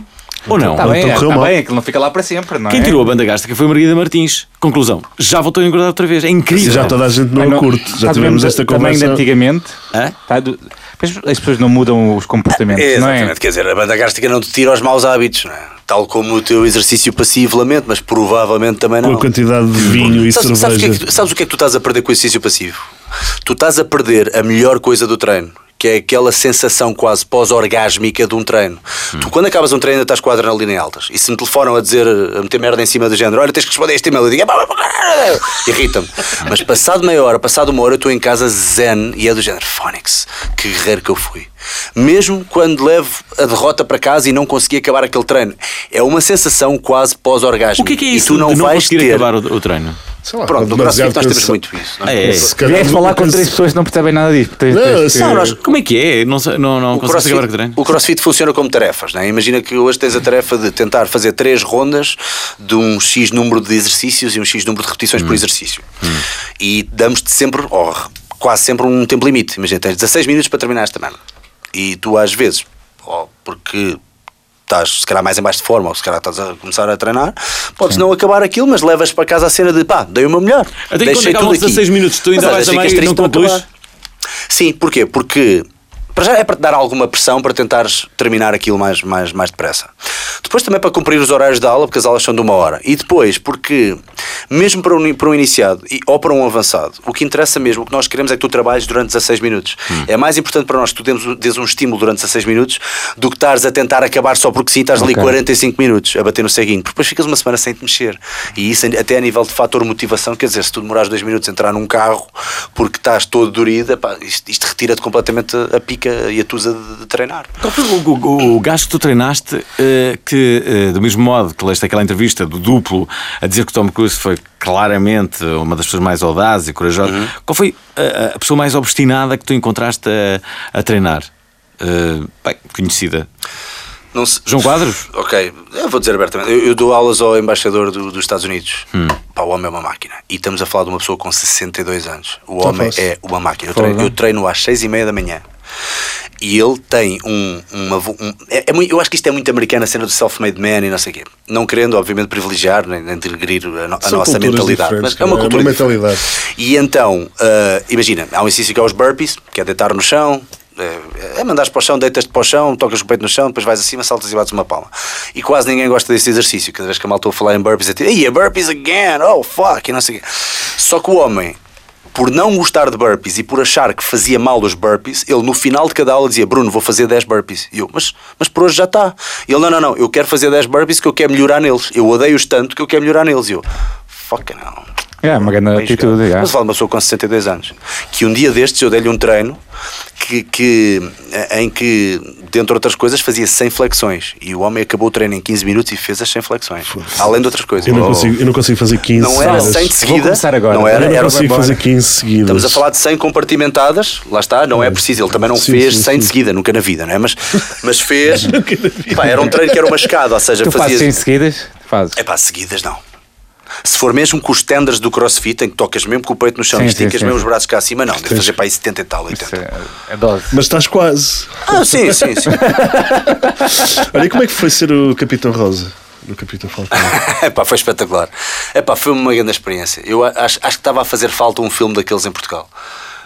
S1: Ou não?
S2: Está Tá bem,
S3: então correu
S2: está
S3: mal.
S2: bem, aquilo não fica lá para sempre, não
S1: Quem
S2: é?
S1: tirou a banda gástrica foi a Margarida Martins. Conclusão: já voltou a engordar outra vez. É incrível.
S3: Já toda a gente não
S2: Ai,
S3: a
S2: não- Tá
S3: curte. Já
S1: Tá
S2: está do
S3: tivemos
S2: mesmo
S3: esta
S2: tamanho de
S3: conversa.
S2: antigamente.
S1: Hã?
S2: Está do- Pois, as pessoas não mudam os comportamentos, não é?
S4: Exatamente, quer dizer, a banda gástrica não te tira os maus hábitos, não é? Tal como o teu exercício passivo, lamento, mas provavelmente também
S3: Com
S4: não.
S3: a quantidade de vinho e
S4: Sabes, sabes o que é que
S3: cerveja.
S4: tu- sabes o que é que tu estás a perder com o exercício passivo? Tu estás a perder a melhor coisa do treino, que é aquela sensação quase pós-orgásmica de um treino. Tu, quando acabas um treino, ainda estás com a adrenalina em altas. E se me telefonam a dizer, a meter merda em cima do género, olha, tens que responder a este e-mail, eu digo, "Ah, pá, pá, pá", irrita-me. Mas passado meia hora, passado uma hora, eu estou em casa zen e é do género, Phonics, que guerreiro que eu fui. Mesmo quando levo a derrota para casa e não consegui acabar aquele treino, é uma sensação quase pós-orgásmica.
S1: O que é que é
S4: E
S1: isso
S4: tu não
S1: de não
S4: vais
S1: conseguir
S4: ter.
S1: acabar o, o treino?
S3: Sei lá,
S4: Pronto, no braço
S3: demasiado
S4: nós temos
S3: cansa-
S4: muito isso. não é?
S1: É, é.
S3: Se calhar-
S2: Vieste falar com três pessoas que não percebem nada disso. porque tens-
S3: Não,
S2: tens
S3: sim,
S2: que-
S4: Não, nós-
S1: Como é que é? Não, sei- não, não
S4: Eh,
S1: consegues acabar
S4: o
S1: com o
S4: crossfit,
S1: treino?
S4: o crossfit funciona como tarefas, né? imagina que hoje tens a tarefa de tentar fazer três rondas de um X número de exercícios e um X número de repetições por exercício. E damos-te sempre, ou quase sempre, um tempo limite. Imagina, tens 16 minutos para terminar esta merda. E tu, às vezes, ou porque estás se calhar mais em baixo de forma ou se calhar estás a começar a treinar, podes não acabar aquilo, mas levas para casa a cena de pá, dei o meu melhor.
S1: Até
S4: Deixei
S1: quando acabam
S4: tudo aqui.
S1: 16 minutos, tu ainda
S4: Mas
S1: vais
S4: às vezes
S1: a meio
S4: ficas
S1: e não
S4: triste por
S1: concluís?
S4: acabar. Sim, porquê? Porque Para já é para te dar alguma pressão para tentares terminar aquilo mais, mais, mais depressa. Depois também para cumprir os horários da aula, porque as aulas são de uma hora. E depois, porque mesmo para um, para um iniciado e, ou para um avançado, o que interessa mesmo, o que nós queremos é que tu trabalhes durante 16 minutos.
S1: Hum.
S4: É mais importante para nós que tu demos, dês um estímulo durante 16 minutos do que estares a tentar acabar só porque sim, estás ali
S2: Ok.
S4: 45 minutos a bater no ceguinho, porque depois ficas uma semana sem te mexer. E isso até a nível de fator motivação, quer dizer, se tu demorares dois minutos a entrar num carro porque estás todo dorido, epá, isto, isto retira-te completamente a pica e a tusa de, de treinar.
S1: Qual foi o, o, o gajo que tu treinaste eh, que, eh, do mesmo modo que leste aquela entrevista do duplo a dizer que o Tom Cruise foi claramente uma das pessoas mais audazes e corajosas,
S4: Uhum.
S1: qual foi eh, a, a pessoa mais obstinada que tu encontraste a, a treinar? Eh, bem, conhecida.
S4: Não se-
S1: João Quadros?
S4: Ok, eu vou dizer abertamente. Eu, eu dou aulas ao embaixador do- dos Estados Unidos.
S3: Hum.
S4: Pá, o homem é uma máquina. E estamos a falar de uma pessoa com 62 anos. O homem
S3: fácil.
S4: é uma máquina. Eu treino, eu treino às 6 e meia da manhã. E ele tem um. Uma, vo- um- é, é muito- eu acho que isto é muito americano, a cena do self-made man e não sei o quê. Não querendo, obviamente, privilegiar nem, nem digrir a, no- a
S3: São
S4: nossa
S3: culturas
S4: mentalidade.
S3: diferentes,
S4: Mas é uma
S3: cara, é
S4: cultura.
S3: uma
S4: diferente.
S3: mentalidade.
S4: E então, ah, imagina, há um exercício que é os burpees, que é deitar no chão, é, é mandares para o chão, deitas-te para o chão, tocas o peito no chão, depois vais acima, saltas e bates uma palma. E quase ninguém gosta desse exercício. Cada vez que a malta ouve falar em burpees, é tipo, "Ei, é burpees again, oh fuck, e não sei o quê. Só que o homem, por não gostar de burpees e por achar que fazia mal os burpees, ele no final de cada aula dizia: Bruno, vou fazer 10 burpees. E eu, mas, mas por hoje já está. E ele: Não, não, não, eu quero fazer 10 burpees que eu quero melhorar neles. Eu odeio-os tanto que eu quero melhorar neles. E eu, fuck não.
S2: É, uma grande
S4: Bem
S2: atitude, é.
S4: jogado.
S2: já.
S4: Mas vale uma pessoa com 62 anos. Que um dia destes eu dei-lhe um treino que, que- eh, em que, dentre outras coisas, fazia 100 flexões. E o homem acabou o treino em 15 minutos e fez as 100 flexões. Além de outras coisas.
S3: Eu não,
S4: Oh.
S3: consigo, eu não consigo fazer 15
S4: Não era
S3: seguidas.
S4: 100 de seguida.
S2: começar agora.
S4: Não era,
S3: Eu não
S4: era
S3: consigo fazer 15 seguidas.
S4: Estamos a falar de 100 compartimentadas, lá está, não é preciso, ele também não
S3: Sim,
S4: fez
S3: sim,
S4: 100 de
S3: sim.
S4: seguida, nunca na vida, não é? Mas, mas fez. Pá, era um treino que era uma escada, ou seja,
S2: Tu fazes em
S4: fazia.
S2: seguidas? Fazes.
S4: É pá, seguidas não. Se for mesmo com os tenders do crossfit, em que tocas mesmo com o peito no chão
S2: Sim,
S4: e
S2: sim,
S4: esticas
S2: sim.
S4: mesmo os braços cá acima, não, deve fazer para aí 70 e tal, 80.
S2: Isso é, é dose.
S3: Mas estás quase.
S4: Ah, sim, sim, sim.
S3: Olha, e como é que foi ser o Capitão Rosa? No Capitão Falcão.
S4: Ah, Epá, É foi espetacular. Epá, foi uma grande experiência. Eu a- acho, acho que estava a fazer falta um filme daqueles em Portugal.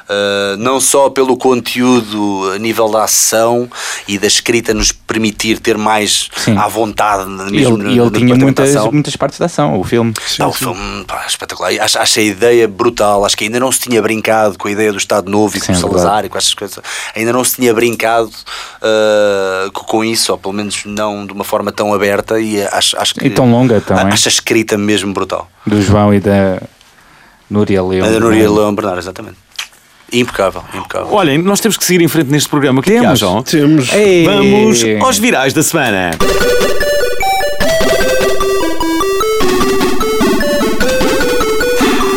S4: Ah, não só pelo conteúdo a nível da ação e da escrita nos permitir ter mais
S2: Sim.
S4: à vontade
S2: E
S4: mesmo no-
S2: ele, e ele tinha
S4: no departamento de
S2: muitas,
S4: ação.
S2: muitas partes de ação, o filme.
S4: Pá, o filme, um, pá, espetacular. E Acho, acho a ideia brutal. Acho que ainda não se tinha brincado com a ideia do Estado Novo e com
S2: Sim,
S4: o
S2: é
S4: Salazar e com estas coisas. Ainda não se tinha brincado ah, co- com isso, ou pelo menos não de uma forma tão aberta. E acho, acho que.
S2: E tão longa também.
S4: Acho a escrita mesmo brutal.
S2: Do João e da Núria Leão.
S4: A da Núria
S2: Não é?
S4: Leão Bernardo, exatamente. Impecável, impecável.
S1: Olhem, nós temos que seguir em frente neste programa. O que é que
S2: Temos.
S1: acham?
S3: Temos.
S2: Ei.
S1: Vamos aos virais da semana.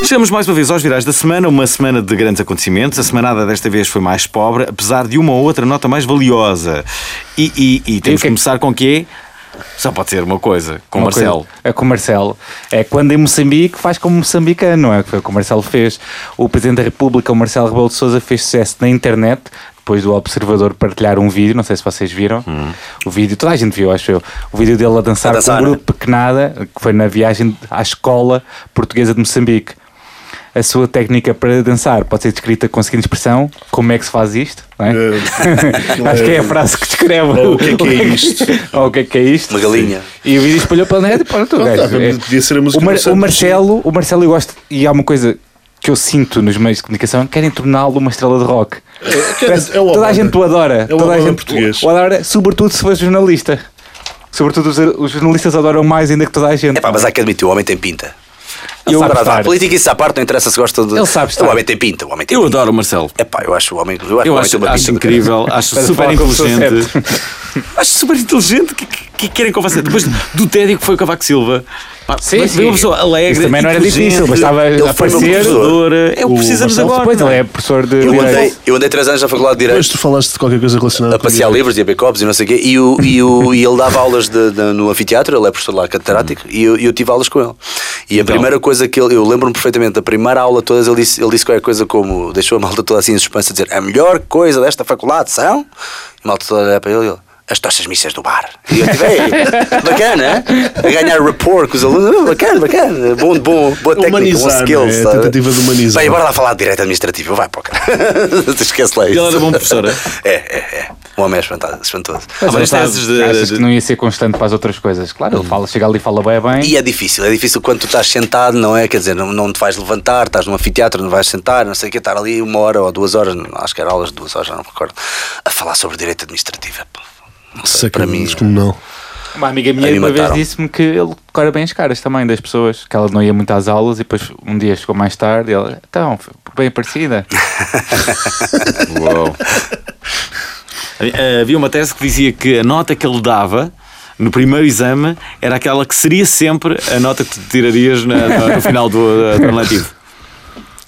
S1: Chegamos mais uma vez aos virais da semana, uma semana de grandes acontecimentos. A semanada desta vez foi mais pobre, apesar de uma ou outra nota mais valiosa. E, e- e temos que
S2: o que é que-
S1: começar com o quê? Só pode ser uma coisa, com o
S2: Uma
S1: Marcelo.
S2: coisa- É com o Marcelo. É quando em Moçambique faz como o moçambicano, não é? Que foi o que o Marcelo fez. O Presidente da República, o Marcelo Rebelo de Souza, fez sucesso na internet. Depois do Observador partilhar um vídeo, não sei se vocês viram, o vídeo, toda a gente viu, acho eu, o vídeo dele a dançar,
S4: A dançar,
S2: com um
S4: né?
S2: grupo pequenada, que foi na viagem à escola portuguesa de Moçambique. A sua técnica para dançar pode ser descrita com a seguinte expressão, como é que se faz isto?
S4: eh,
S2: não é? Acho que é a frase que descreve
S3: Ou o que é que é isto?
S2: Ou o que é que é isto?
S4: Uma galinha.
S2: E o vídeo espalhou pela net e pronto. o
S3: Não,
S2: gajo,
S3: tá,
S2: é.
S3: podia ser a música
S2: o, Mar-
S3: do Santos.
S2: o Marcelo, o Marcelo eu gosto, e há uma coisa que eu sinto nos meios de comunicação, querem torná-lo uma estrela de rock. Parece-
S3: é o
S2: toda a
S3: Obama.
S2: gente o adora.
S3: É o
S2: toda a
S3: Obama
S2: gente
S3: português.
S2: o adora, sobretudo se for jornalista. Sobretudo os, os jornalistas adoram mais ainda que toda a gente.
S4: Epá, É mas há que admitir, o homem tem pinta.
S2: Eu
S4: Sabe,
S2: adoro.
S4: a política isso à parte, não interessa se gosta de.
S2: Ele sabe estar.
S4: O homem tem pinta, o homem tem
S1: Eu
S4: pinta.
S1: adoro o Marcelo.
S4: Epá, eu acho o homem. Eu acho, então o
S1: Eu
S4: homem
S1: acho,
S4: tem uma
S1: acho
S4: pinta do caralho.
S1: incrível, acho
S2: Parece
S1: super
S2: falar com a pessoa
S1: inteligente. acho super inteligente que, que- que querem que eu faça. Depois do tédio que foi o Cavaco Silva. Pá,
S2: Sim,
S1: mas
S2: sim.
S1: Veio uma pessoa alegre.
S2: Isso também não era
S1: inteligente,
S2: difícil, bastava
S4: foi meu
S2: aparecer.
S4: professor.
S1: Professora. É o que precisamos
S2: Marcelo,
S1: agora.
S2: Pois,
S1: não
S2: ele
S1: é?
S2: é professor de
S4: Eu
S2: direito.
S4: andei, eu andei três anos na Faculdade de
S3: Depois
S4: Direito.
S3: tu falaste de qualquer coisa relacionada
S4: A passear livros e a backups e não sei o quê, e, o, e, o, e ele dava aulas de- de- no anfiteatro, ele é professor lá catedrático,
S3: Hum.
S4: e eu, e eu tive aulas com ele. E a
S3: Então?
S4: primeira coisa que ele, eu lembro-me perfeitamente, da primeira aula todas, ele disse, ele disse qualquer coisa como, deixou a malta toda assim em suspense a dizer: a melhor coisa desta faculdade são. E a malta toda olha para ele e ele. as tochas missas do bar. E eu tive, "Ei, bacana, hein? a ganhar rapport com os alunos, "Ah, bacana, bacana, bom, bom, boa técnica, bom
S3: Humanizar,
S4: skill.
S3: né? É a
S4: sabe?
S3: tentativa de humanizar.
S4: Bem, bora lá falar de direito administrativo, vai para o cara. Esquece lá isso.
S1: Ele era bom professor, é?
S4: É, é, é. Um homem é espantado, espantoso.
S1: Há várias
S2: Sabe,
S1: teses de-
S2: achas
S1: de-
S2: que não ia ser constante para as outras coisas. Claro, ele fala, chega ali e fala bem, bem.
S4: E é difícil, é difícil quando tu estás sentado, não é? Quer dizer, não, não te vais levantar, estás num anfiteatro, não vais sentar, não sei o quê, estar ali uma hora ou duas horas, não- acho que era aulas de duas horas, já não me recordo, a falar sobre direito administrativo. pá. Não sei,
S3: Sei que
S4: para mim,
S3: descomunal.
S2: Uma amiga minha
S4: Aí
S2: uma vez
S4: mataram.
S2: disse-me que ele decora bem as caras também das pessoas, que ela não ia muito às aulas e depois um dia chegou mais tarde e ela, então, foi bem parecida. é-
S1: Uau. Eh, Havia uma tese que dizia que a nota que ele dava no primeiro exame era aquela que seria sempre a nota que tu tirarias na- na- no final do eh, do ano letivo.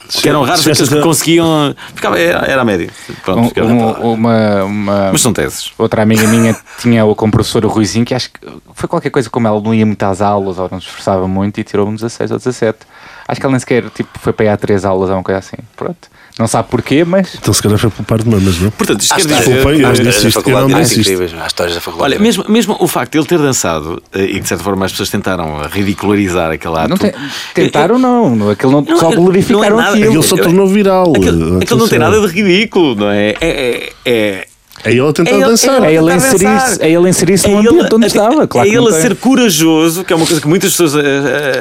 S1: Que eram raros aqueles que conseguiam. Ficava, era, era a média. Pronto,
S2: Um-
S1: ficava.
S2: um- uma, uma-
S1: Mas são teses.
S2: Outra amiga minha tinha o compressor o Ruizinho, que acho que foi qualquer coisa como ela não ia muito às aulas ou não se esforçava muito e tirou-me 16 ou 17. Acho que ela nem sequer tipo, foi para ir a 3 aulas ou uma coisa assim. Pronto. Não sabe porquê, mas
S3: Então se calhar foi por par de mamas, não?
S1: Portanto, isto
S4: Há
S1: quer
S4: histórias-
S1: dizer.
S3: Desculpem,
S1: que-
S3: não
S4: há histórias
S3: disse
S4: da
S3: isto,
S4: faculdade
S3: eu não
S4: de
S3: disse
S4: direito
S3: isto.
S4: incríveis, há histórias da faculdade. é
S1: Olha,
S4: de direito.
S1: mesmo, mesmo o facto de ele ter dançado eh, e que de certa forma as pessoas tentaram ridicularizar aquele ato.
S2: Ah, não te- tentaram não. Aquilo não,
S1: Não,
S2: só
S1: não é
S2: glorificaram
S1: nada.
S2: aquilo.
S3: Ele só tornou viral. eh,
S1: Aquilo, aquilo não tem
S3: atenção.
S1: nada de ridículo, não é? É- é- é,
S3: É ele a tentar
S1: É ele-
S3: dançar.
S2: É ele
S1: Tentar
S2: inserir-se
S1: dançar.
S2: é ele inserir-se no
S1: É ele
S2: ambiente onde
S1: a-
S2: estava. Claro
S1: é
S2: que não
S1: ele a
S2: tem.
S1: ser corajoso, que é uma coisa que muitas pessoas. eh,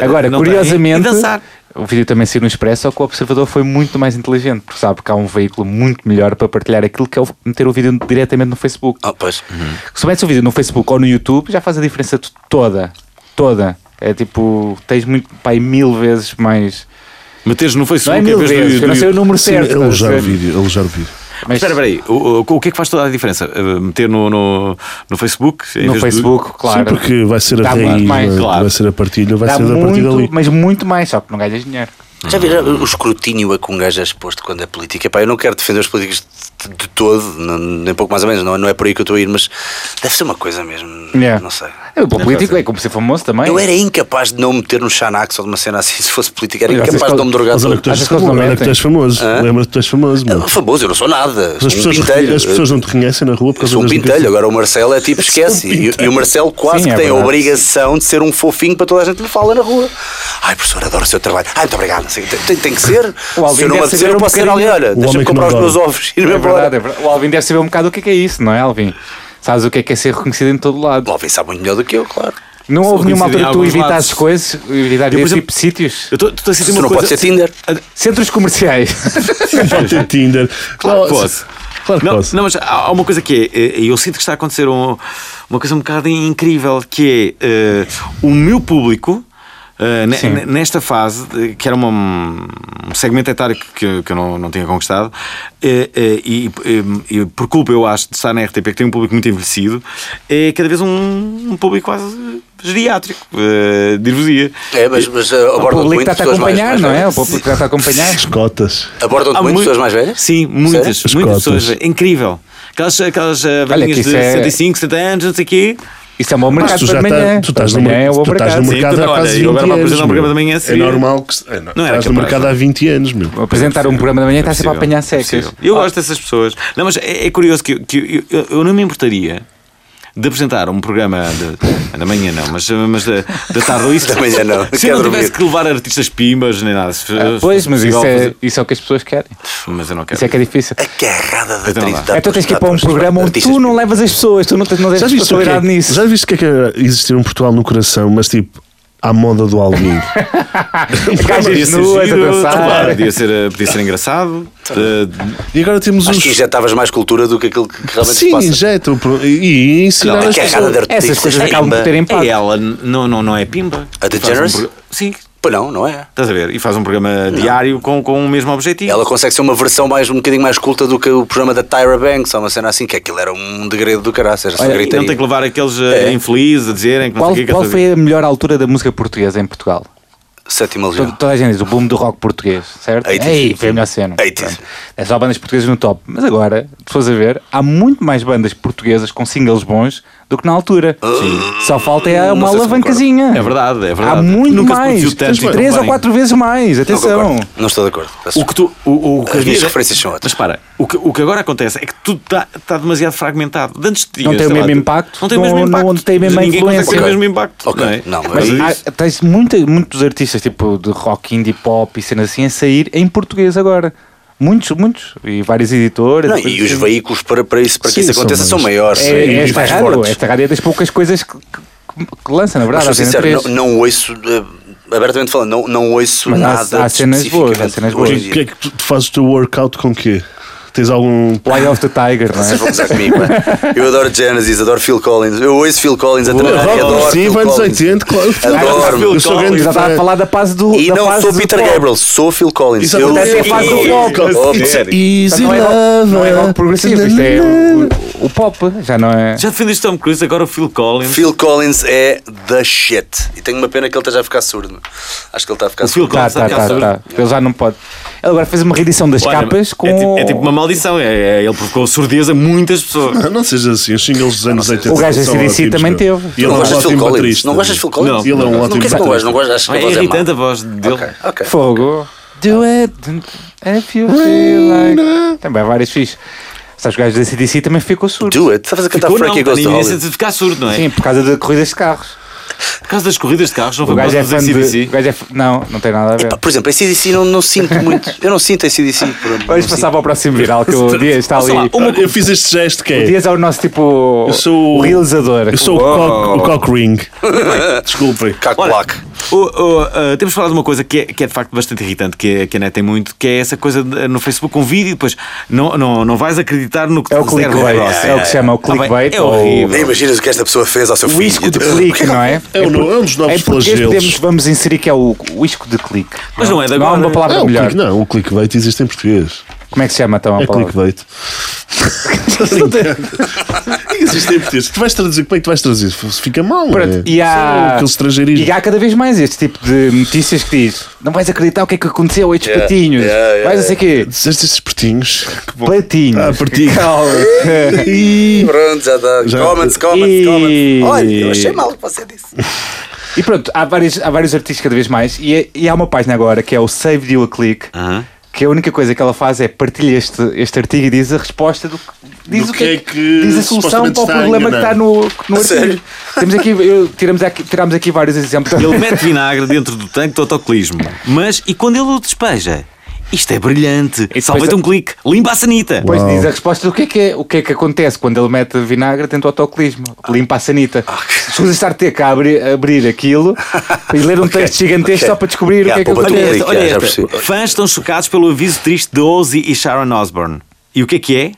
S1: eh,
S2: Agora,
S1: não
S2: curiosamente,
S1: Têm, e dançar.
S2: o vídeo também saiu no Expresso, só que o observador foi muito mais inteligente, porque sabe que há um veículo muito melhor para partilhar aquilo que é o- meter o vídeo diretamente no Facebook.
S4: Ah, pois.
S2: Se metes o vídeo no Facebook ou no YouTube, já faz a diferença to- toda. Toda. É tipo, tens muito, pai, mil vezes mais.
S1: Meteres no
S2: Não
S1: Facebook
S2: é
S1: em
S2: mil
S1: vez do-
S2: vezes,
S1: do-
S2: eu não sei o número
S3: Sim, é
S2: certo. tá mas-
S3: elogiar o vídeo, elogiar o vídeo.
S2: mas
S1: Espera, espera aí. O, o- o que é que faz toda a diferença? Eh, meter no, no, no Facebook? em
S2: no
S1: vez do-
S2: Facebook, claro.
S3: Sim, porque vai ser a
S2: Dá muito
S3: raiz,
S2: mais,
S3: vai-
S1: claro.
S3: vai ser a partilha, vai
S2: Dá
S3: ser a partir dali.
S2: muito, mas muito mais, só que não ganhas dinheiro.
S4: Já viram o escrutínio a que um gajo é exposto quando é política? Pá, eu não quero defender os políticos de, de todo, não- nem pouco mais ou menos, não, é- não é por aí que eu estou a ir, mas deve ser uma coisa mesmo,
S2: Yeah.
S4: não sei.
S2: É, o político é como ser famoso também.
S4: Eu era incapaz de não meter no Xanax ou de uma cena assim, se fosse política, era
S2: Olha,
S4: incapaz
S2: vocês-
S4: de não me drogar
S3: Mas olha
S4: todo.
S3: que tu és,
S2: Achas que eles não
S3: olha que tu és famoso.
S4: Hã?
S3: Lembra-te que tu és famoso, mano.
S4: Ah, Famoso, eu não sou nada, sou
S3: As
S4: um
S3: pessoas,
S4: pintelho.
S3: as pessoas não te reconhecem na rua por
S4: Eu
S3: causa
S4: sou um
S3: das
S4: pintelho,
S3: notícias.
S4: agora o Marcelo é tipo, esquece. E, e o Marcelo quase
S2: Sim,
S4: que
S2: é
S4: tem a
S2: verdade.
S4: obrigação de ser um fofinho para toda a gente que lhe fala na rua. Ai, professor, adoro o seu trabalho. Ai, muito obrigado. não sei o quê. Tem, tem que ser.
S2: O Alvin
S4: Se eu não
S2: deve
S4: acontecer,
S2: saber
S4: eu
S2: um
S4: posso ser alguém.
S2: bocadinho.
S4: Olha,
S3: O
S4: deixa-me
S3: homem que
S4: comprar os
S3: não
S4: meus
S3: dorme.
S4: ovos e ir-me
S2: É
S4: embora.
S2: verdade, é verdade. O Alvin deve saber um bocado o que é que é isso, não é, Alvin? Sabes o que é que é ser reconhecido em todo lado.
S4: O Alvin sabe muito melhor do que eu, claro.
S2: Não houve nenhuma
S1: reconhecido em
S2: altura que tu
S1: alguns lados.
S2: evitasses coisas, evitar
S1: Eu, por
S2: esse
S1: exemplo-
S2: tipo de sítios.
S1: Eu estou- estou a sentir
S4: Tu
S1: uma
S4: não
S1: coisa.
S4: pode ser Tinder.
S2: Centros comerciais.
S3: Já tem Tinder.
S1: Claro que
S3: Claro,
S1: posso.
S3: Claro que
S1: não,
S3: posso.
S1: não, mas há- há uma coisa que é, eh, eu sinto que está a acontecer um- uma coisa um bocado incrível, que é eh, o meu público, eh, ne-
S2: Sim.
S1: ne- nesta fase, de- que era uma- um segmento etário que- que, que eu não, não tinha conquistado, eh, eh, e, eh, e por culpa, eu acho, de estar na RTP, que tem um público muito envelhecido, é cada vez um, um público quase geriátrico, eh, de nervosia.
S4: É, mas, mas eh,
S2: O
S4: abordam-te
S2: público
S4: muito
S2: está-te a
S4: pessoas mais,
S2: acompanhar,
S4: mais
S2: não é? O
S4: velhas.
S2: público está-te a acompanhar.
S3: As cotas.
S4: Abordam-te
S1: Há
S4: muito
S1: mui-
S4: pessoas mais velhas?
S1: Sim, muitas,
S3: Sério?
S1: muitas
S3: As
S1: pessoas.
S3: cotas.
S1: É Incrível. Aquelas, aquelas eh,
S2: que
S1: velhinhas de
S2: isso é-
S1: 75, 70 anos, não sei o quê.
S2: Isso é um bom
S3: Mas
S2: mercado
S3: tu
S2: para
S3: já
S2: amanhã.
S3: tá- tu estás no
S2: Amanhã é um
S3: mercado.
S2: bom
S3: Tu estás no
S2: mercado.
S1: Sim,
S3: mercado há
S1: olha,
S3: quase
S1: eu
S3: 20
S1: agora para
S3: anos.
S1: apresentar um programa
S3: meu.
S1: da manhã
S3: É
S1: seria-
S3: normal que. se- é, não,
S1: Não era
S3: Estás no
S1: capaz.
S3: mercado há 20 anos, meu.
S2: Apresentar um programa da manhã está sempre a
S1: Possível,
S2: apanhar
S1: possível.
S2: secas. Ah.
S1: Eu gosto dessas pessoas. Não, mas é, é curioso que, que eu, eu- eu não me importaria de apresentar um programa de, da manhã não, mas, eh, mas da, da tarde ou isso.
S4: Da manhã não,
S1: Se
S4: quero
S1: eu não
S4: dormir.
S1: tivesse que levar artistas pimbas nem nada. se-
S2: Ah, Pois, mas
S1: se-
S2: isso
S1: se-
S2: é, isso é o que as pessoas querem.
S1: Mas eu não quero.
S2: Isso é que é difícil.
S4: A carrada de
S1: Então
S4: atriz.
S1: vá.
S2: Então
S4: de atores,
S2: tens que ir
S4: de
S2: para um
S4: atores,
S2: programa
S4: de
S2: onde
S4: artistas.
S2: tu não levas as pessoas, tu não tens, não tens
S3: Já viste o que é-
S2: responsabilidade nisso.
S3: já viste o que é que era existir um Portugal no coração, mas tipo, à moda do Alvin?
S1: Podia
S2: Gajas
S1: ser
S2: nuas a
S1: giro, claro,
S2: é dançar.
S1: podia ser, eh, podia ser engraçado.
S4: Tá
S1: eh,
S3: E agora temos
S4: Acho
S3: uns.
S4: que injetavas mais cultura do que aquilo que realmente se
S3: Sim,
S4: passa.
S3: injeta. E ensinar
S4: Não,
S3: as
S4: é que é errada de artistas.
S2: Essas coisas
S4: pimba.
S2: acabam por ter
S1: é
S2: impacto.
S1: ela, não, não, não é pimba.
S4: A The
S1: Faz um
S4: Generous?
S1: pro- Sim,
S4: Pois não, não é?
S1: estás a ver? E faz um programa diário com, com o mesmo objetivo.
S4: Ela consegue ser uma versão mais, um bocadinho mais culta do que o programa da Tyra Banks, ou uma cena assim, que aquilo era um degredo do caralho, era só
S2: Olha,
S1: E não tem
S4: gritaria.
S1: que levar aqueles eh, infelizes a dizerem que não
S2: Qual,
S1: sei o que é que
S2: qual
S1: ela-
S2: foi a melhor altura da música portuguesa em Portugal?
S4: Sétima
S2: Toda,
S4: Legião.
S2: toda a gente diz o boom do rock português, certo?
S4: 80s.
S2: Ei, foi a melhor cena.
S4: 80s.
S2: Pronto. É só bandas portuguesas no top. Mas agora, se fores a ver, há muito mais bandas portuguesas com singles bons do que na altura. Sim. Só falta é
S4: Ah. Não
S2: uma
S4: sei se
S2: alavancazinha.
S1: É verdade, é verdade.
S2: Há muito
S1: Nunca se
S2: mais.
S1: produziu tanto e
S2: Três
S1: tão
S2: ou
S1: bem.
S2: quatro vezes mais.
S4: Não
S2: Atenção.
S4: concordo. Não estou de acordo. Peço
S1: O que tu, o, o que
S4: As minhas
S1: havia-
S4: referências são outras.
S1: Mas para, o que, o que agora acontece é que tudo está está demasiado fragmentado. De Antes de
S2: Não
S1: dias,
S2: tem o
S1: sei
S2: mesmo
S1: tu-
S2: impacto,
S1: Não tem o mesmo
S2: não-
S1: impacto.
S2: não tem a mesma
S1: Ninguém consegue
S2: influência.
S1: ter o
S4: Ok.
S1: mesmo impacto.
S4: Ok.
S1: não é?
S4: Não,
S1: Mas
S4: é
S1: há-
S2: Há- tens muita- muitos artistas tipo de rock, indie, pop e cenas assim a sair em português agora. Muitos, muitos. E várias editoras.
S4: Não,
S2: coisas
S4: e os
S2: assim.
S4: veículos para, para, isso, para que
S3: Sim,
S4: isso
S3: são
S4: aconteça são
S3: mais-
S4: maiores
S2: É,
S4: e
S2: é esta
S4: mais
S2: rádio.
S4: fortes.
S2: Esta rádio é das poucas coisas que, que- que lança, na
S4: Mas
S2: verdade.
S4: sou
S2: a Antena
S4: sincero, não,
S2: 3.
S4: não ouço, eh, abertamente falando, não, não ouço
S2: Mas há-
S4: nada.
S2: há cenas boas, há
S4: especificamente
S2: cenas
S4: hoje em
S2: boas.
S3: O
S4: dia.
S3: que é que tu, tu fazes o teu workout com quê? Tens algum.
S2: Fly of the Tiger, não
S4: Vocês
S2: é?
S4: vão gozar comigo, mano. Eu adoro Genesis, adoro Phil Collins. Eu ouço Phil Collins até
S3: Rock
S4: adoro
S3: sim,
S4: Phil
S3: vai nos
S4: Collins.
S3: 80, claro.
S4: Adoro.
S3: Eu sou grande
S2: Já estava a
S3: fã.
S2: falar da paz do.
S4: E
S2: da
S4: não
S2: paz
S4: sou
S2: do
S4: Peter
S2: pop.
S4: Gabriel, sou Phil Collins.
S3: Isso é
S4: eu
S3: acontece
S4: sou
S2: em fase do
S4: Oh,
S3: rock.
S4: sério.
S3: Easy
S2: Não é rock- não é rock
S3: lover.
S2: progressivo, isto é o, o- o pop, já não é.
S1: Já defendeste Tom Cruise, agora o Phil Collins.
S4: Phil Collins é the shit. E tenho uma pena que ele esteja a ficar surdo. meu. Acho que ele está a ficar
S1: O Phil
S4: surdo.
S2: Tá, tá, tá, tá. Ele já não pode. Ele agora fez uma reedição das
S1: Olha,
S2: capas com.
S1: é, tipo, é tipo uma maldição. É, é- ele provocou surdez a muitas pessoas.
S3: Ah, Não seja assim, os singles dos anos 80.
S2: O gajo da
S3: são
S2: CDC
S3: ótimos,
S2: também
S3: meu.
S2: teve.
S3: E ele é
S4: Não
S3: um
S4: gostas de Phil
S3: ótimo
S4: Collins?
S3: baterista.
S4: Não gostas de Phil Collins?
S3: Ele é um
S4: Não
S3: ótimo
S4: queres que
S3: baterista.
S4: não gosto, não gosto. Acho que
S1: É
S4: a voz é má.
S1: irritante a voz dele.
S4: Ok, ok.
S2: Fogo. Do it if you feel like. Também há várias fichas. Sabes, o gajo da CDC também ficou surdo.
S4: Do it. Estavas a cantar
S1: Ficou, não,
S4: Frankie
S1: está
S4: Goes to
S1: na iminência
S4: Hollywood.
S1: de ficar surdo, não é?
S2: Sim, por causa de corridas de carros.
S1: Por causa das corridas de carros, não
S2: O
S1: foi por
S2: gajo
S1: causa
S2: é
S1: dos
S2: fã de.
S1: ACDC.
S2: O gajo é... f- Não, não tem nada a ver.
S4: Pá, Por exemplo, a CDC não, não sinto muito. Eu não sinto a CDC. por- não
S2: Vamos
S4: sinto.
S2: passar para o próximo viral que o Dias está ali.
S1: Sei lá, uma-
S3: Eu fiz este gesto que é.
S2: Dias é o nosso tipo.
S3: Eu sou-
S2: o realizador.
S3: Eu sou o cock, o cock ring. Desculpem.
S4: Caco
S1: Olha,
S4: Black.
S1: o- o, ah, temos falado de uma coisa que é, que é de facto bastante irritante, que, é- que a net tem muito, que é essa coisa de- no Facebook, um vídeo, e depois não, não, não vais acreditar no que
S2: É o
S1: te reserva
S2: clickbait.
S1: a próxima.
S2: É o que se chama o
S1: Tá bem,
S2: clickbait.
S1: É
S2: ou-
S4: Nem
S1: horrível.
S4: imaginas o que esta pessoa fez ao seu
S2: O
S4: filho.
S2: isco de clique, não é?
S3: É um no- é um dos novos
S2: em português
S3: flagelos.
S2: podemos- Vamos inserir que é o, o isco de clique.
S1: Mas não é de
S2: Não há
S1: agora.
S2: uma palavra
S3: Não, o
S2: melhor.
S3: click- não, o clickbait existe em português.
S2: Como é que se chama então a
S3: É
S2: palavra?
S3: clickbait. existe em português. Tu vais traduzir, como é que tu vais traduzir? Fica mal.
S2: Pronto,
S3: é?
S2: e há-
S3: Sim, Aquele estrangeirismo.
S2: E há cada vez mais este tipo de notícias que diz: não vais acreditar o que é que aconteceu a estes
S4: Yeah,
S2: patinhos,
S4: yeah, yeah,
S2: vais não sei o quê.
S3: Dizeste estes pertinhos. Que bom.
S2: Patinhos.
S3: Ah, patinhos.
S2: Calma.
S3: Ih,
S4: Pronto, já está.
S3: Já-
S4: Comments, comments,
S2: Ih.
S4: comments. Olha, eu achei mal o que você disse.
S2: E pronto, há vários, há vários artistas cada vez mais. E, é- e há uma página agora que é o Save You a Click,
S1: Aham.
S2: que a única coisa que ela faz é partilha este, este artigo e diz a resposta do que. Diz
S3: Do
S2: o que, é
S3: que
S2: diz a solução
S3: supostamente
S2: para o
S3: está a
S2: problema que
S3: enganar.
S2: está no, no artigo.
S4: sério?
S2: Temos aqui, eu- tiramos aqui, tiramos aqui vários exemplos.
S1: Ele mete vinagre dentro do tanque do autoclismo, mas e quando ele o despeja? Isto é brilhante.
S2: depois-
S1: Salva-te um clique. Limpa a sanita.
S2: Depois diz a resposta do que é que, é, o que é que acontece quando ele mete vinagre dentro do autocolismo, limpa a sanita.
S4: Ah,
S2: Escusa estar a ter que abrir, abrir aquilo e ler um texto gigantesco
S4: ok.
S2: só para descobrir
S4: Yeah,
S2: o que é que
S4: poupa-te um
S2: acontece.
S4: clique.
S1: Esta, olha
S4: já
S1: esta.
S4: percebi.
S1: Fãs estão chocados pelo aviso triste de Ozzy e Sharon Osbourne. E o que é que é?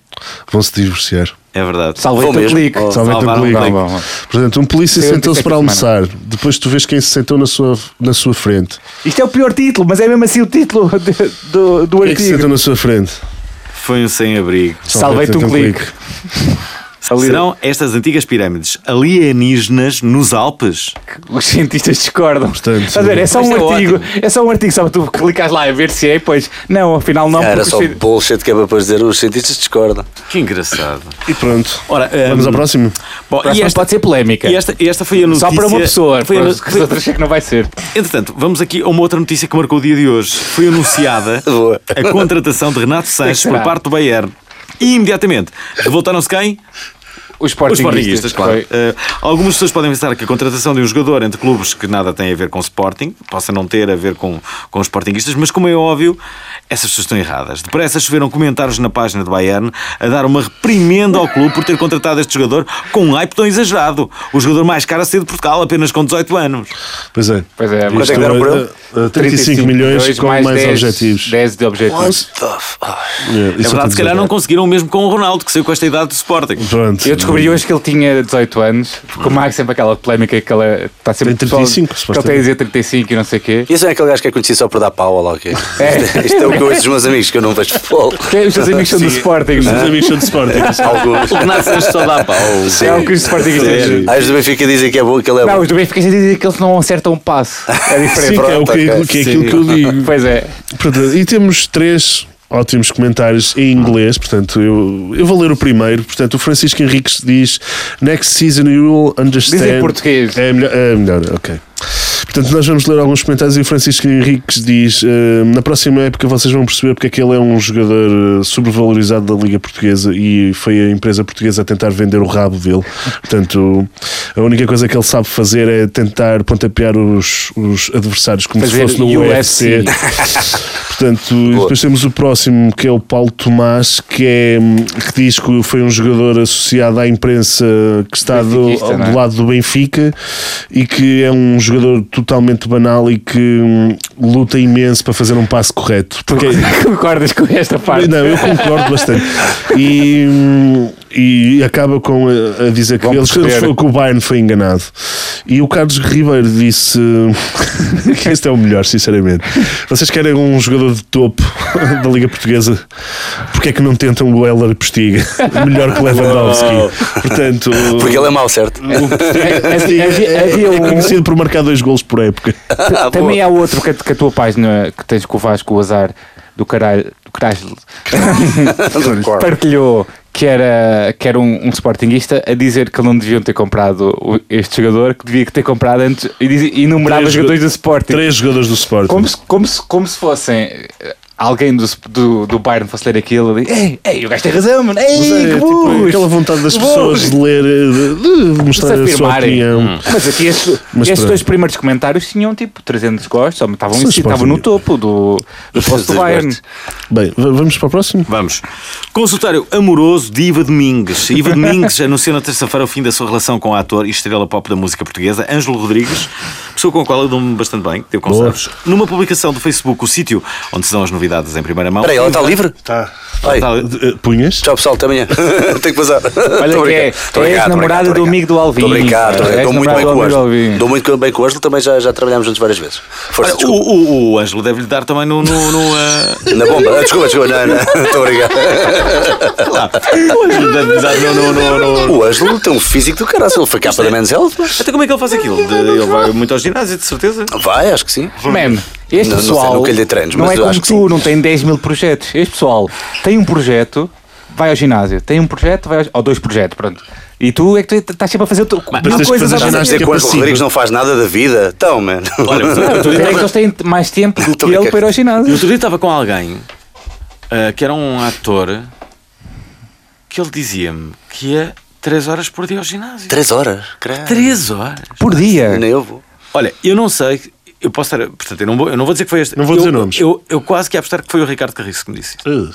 S3: Vão-se divorciar.
S1: É verdade.
S2: Salvei
S4: Vou
S2: o teu
S4: mesmo.
S2: clique.
S3: Oh, Salvei o teu
S1: Salvaram
S3: clique.
S1: o
S2: Não, não, não.
S3: Portanto, um polícia
S2: Sim, eu
S3: sentou-se
S2: disse
S3: para
S2: esta
S3: almoçar.
S2: semana.
S3: Depois tu vês quem se sentou na sua, na sua frente.
S2: Isto é o pior título, mas é mesmo assim o título de- do, do
S3: Quem é que se
S2: artigo.
S3: sentou na sua frente?
S1: Foi um sem-abrigo.
S2: Salvei-te um clique. Ali-
S1: Serão estas antigas pirâmides alienígenas nos Alpes?
S2: Os cientistas discordam.
S3: Portanto,
S2: Estás a ver? É só
S1: Isto
S2: um
S1: é
S2: artigo.
S1: ótimo.
S2: É só um artigo, só tu clicas lá a ver se é, pois. Não, afinal não.
S4: Era
S2: porque
S4: só
S2: os cien-
S4: bullshit que é para depois dizer. Os cientistas discordam.
S1: Que engraçado.
S3: E pronto.
S2: Um,
S1: Ora,
S2: eh,
S1: hum,
S3: Vamos ao próximo.
S1: Bom, e
S2: Próxima
S1: esta,
S2: pode ser polémica.
S1: e esta, e esta foi a notícia.
S2: Só para uma pessoa,
S1: Foi a,
S2: para
S1: no-
S2: os que os
S1: foi,
S2: outros acham que não vai ser.
S1: entretanto, vamos aqui a uma outra notícia que marcou o dia de hoje. Foi anunciada
S4: Boa.
S1: a contratação de Renato Sanches por
S2: será?
S1: parte do Bayern. E imediatamente revoltaram-se quem?
S2: Os
S1: Os
S2: sportinguistas,
S1: sportinguistas, claro.
S2: foi.
S1: Eh, algumas pessoas podem pensar que a contratação de um jogador entre clubes que nada tem a ver com Sporting possa não ter a ver com, com os sportinguistas, mas como é óbvio, essas pessoas estão erradas. Depressa choveram comentários na página do Bayern a dar uma reprimenda ao clube por ter contratado este jogador com um hype tão exagerado. O jogador mais caro a ser de Portugal, apenas com 18 anos.
S3: Pois é.
S2: Pois é, mas
S4: é que
S3: Isto
S4: deram por
S3: é,
S4: ele?
S3: é, é, 35, milhões com mais, objetivos.
S2: 10 de objetivos.
S4: Stuff. Ah,
S3: É, isso
S1: É verdade, se
S3: eu tenho
S1: calhar
S3: de
S1: não conseguiram o mesmo com o Ronaldo, que saiu com esta idade do Sporting.
S3: dizer. Pronto.
S2: Eu descobri hoje que ele tinha 18 anos, porque como há sempre aquela polémica que ele está sempre
S3: Tem
S2: pessoal-
S3: 35,
S2: que ele tem a dizer 35 e não sei o quê.
S4: Isso é aquele gajo que é conhecido só por dar pau ou lá o quê?
S2: É.
S4: Isto é o que eu ouço dos meus amigos, que eu não vejo futebol.
S1: é
S2: Os seus amigos são do
S1: assim?
S3: Sim.
S2: Sporting,
S3: Os
S2: não
S3: meus
S2: é?
S3: amigos são de Sporting.
S4: Alguns.
S6: Nascens só dá pau.
S2: É o que os Sportingistas
S3: Sim.
S2: dizem.
S4: Aí os do Benfica dizem que é bom, que ele é
S2: Não,
S4: bom.
S2: os do Benfica dizem que eles não acertam um passo. É
S3: Sim,
S2: diferente.
S3: que Tá é, o
S4: Pronto,
S3: que,
S4: ok,
S3: que é aquilo que eu digo.
S2: Pois é.
S3: Portanto, e temos três ótimos comentários em inglês, portanto, eu, eu vou ler o primeiro. Portanto, o Francisco Henriques diz: Next season you will understand.
S2: Dizem em português.
S3: É melhor, é melhor, ok. Portanto, nós vamos ler alguns comentários e o Francisco Henriques diz: "Eh, Na próxima época vocês vão perceber porque é que ele é um jogador eh, sobrevalorizado da Liga Portuguesa e foi a empresa portuguesa a tentar vender o rabo dele. Portanto, a única coisa que ele sabe fazer é tentar pontapear os, os adversários como
S2: Fazer
S3: se fosse no
S2: UFC.
S3: UFC. Portanto, e depois temos o próximo que é o Paulo Tomás, que, é, hum, que diz que foi um jogador associado à imprensa que está do,
S2: Benfiquista, não é?
S3: do lado do Benfica e que é um jogador totalmente banal e que hum, luta imenso para fazer um passo correto. Porque, é
S2: Concordas com esta parte?
S3: não, eu concordo bastante. E, hum, e acaba com a, a dizer que
S2: Vão
S3: eles, eles
S2: perceber.
S3: foram que o Bayern foi enganado. E o Carlos Ribeiro disse que este é o melhor, sinceramente. Vocês querem um jogador de topo da Liga Portuguesa? Porque é que não tentam o Heller Postiga? Melhor que o Lewandowski. Portanto,
S4: Porque ele é mau, certo?
S3: o Postiga
S2: Havia- havia- havia
S3: é
S2: um-
S3: conhecido por marcar dois golos por época.
S4: Ah,
S2: Também
S4: boa.
S2: há outro que, a- que a tua página que tens com o Vasco, o azar do caralho, do caralho partilhou que era, que era um, um sportinguista a dizer que não deviam ter comprado o- este jogador, que devia ter comprado antes e, diz- e numerava
S3: Três
S2: os jogadores do
S3: joga-
S2: Sporting.
S3: Três jogadores do Sporting.
S2: Como se, como, se, como se fossem eh, alguém do, do, do Bayern fosse ler aquilo ali. Ei, ei, o gajo tem razão, mano. Ei,
S3: Mas é,
S2: que
S3: tipo,
S2: burros.
S3: aquela vontade das pessoas de ler, eh, de, de mostrar
S2: Se
S3: a sua
S2: afirmarem.
S3: opinião.
S2: Hum. Mas aqui este-
S3: Mas
S2: estes
S3: pronto.
S2: dois primeiros comentários tinham tipo 300 gostos, ou estavam,
S3: São
S2: em- estavam no
S3: Sporting.
S2: topo do, do post do Bayern.
S3: Bem, v- vamos para o próximo?
S1: Vamos. Consultório amoroso de Iva Domingues. Iva Domingues anunciou na terça-feira o fim da sua relação com o ator e estrela pop da música portuguesa, Ângelo Rodrigues, pessoa com a qual eu dou-me bastante bem, devo confessar-vos. Numa publicação do Facebook, o sítio onde se dão as novidades em primeira mão.
S4: Espera aí, ela está livre?
S3: Tá.
S4: Ai,
S1: Está-
S3: De- eh, Punhas?
S4: Tchau pessoal, até amanhã. Tenho que passar.
S2: Olha que é, é ex-namorada do amigo do Alvin.
S4: Estou a brincar, estou a brincar.
S2: É
S4: Dou muito bem
S2: ex-namorada
S4: com o
S2: do amigo
S4: Ângelo.
S2: Alvin.
S4: Dou muito bem com o Ângelo, também já, já trabalhámos juntos várias vezes.
S1: Olha,
S4: Força,
S1: o,
S4: desculpa.
S1: o, o Ângelo deve-lhe dar também no. no, no, ah,
S4: Na bomba. Ah, Desculpa, desculpa. Não, não. Estou a brincar.
S1: sei lá. O Ângelo deve-lhe dar no. no, no, no-
S4: O Ângelo tem um físico do caralho. Ele foi capa da Men's Health.
S1: Até como é que ele faz aquilo? De- ele vai muito ao ginásio, de certeza.
S4: Vai, acho que sim.
S2: Man, este
S4: Não- não sei,
S2: pessoal
S4: nunca lhe dei treinos,
S2: não
S4: mas
S2: é
S4: eu
S2: como
S4: acho que
S2: tu, não tem 10 mil projetos. Este pessoal tem um projeto, vai ao ginásio, tem um projeto, vai ao, ou dois projetos, pronto. E tu é que tu estás sempre a fazer tu, uma
S3: mas tens de
S2: coisa
S3: fazer
S2: dá para
S4: Estás a
S3: ginástica
S4: dizer que o Ângelo
S3: passiva.
S4: Rodrigues não faz nada da vida? Então, mano.
S1: Olha, mas eu
S2: Não, é que eles têm mais tempo do que
S4: Tô
S2: ele
S4: brincando.
S2: para ir ao
S1: Eu
S2: ginásio.
S1: outro dia estava com alguém ah, que era um ator que ele dizia-me que ia 3 horas por dia ao ginásio.
S4: Três horas. Caralho.
S1: 3 horas?
S2: Por dia.
S4: Nem eu vou.
S1: Olha, eu não sei, eu posso estar. Portanto, eu não vou, eu não vou dizer que foi este.
S3: Não vou
S1: eu,
S3: dizer nomes.
S1: Eu, eu quase que ia apostar que foi o Ricardo Carriço que me disse.
S3: Uh,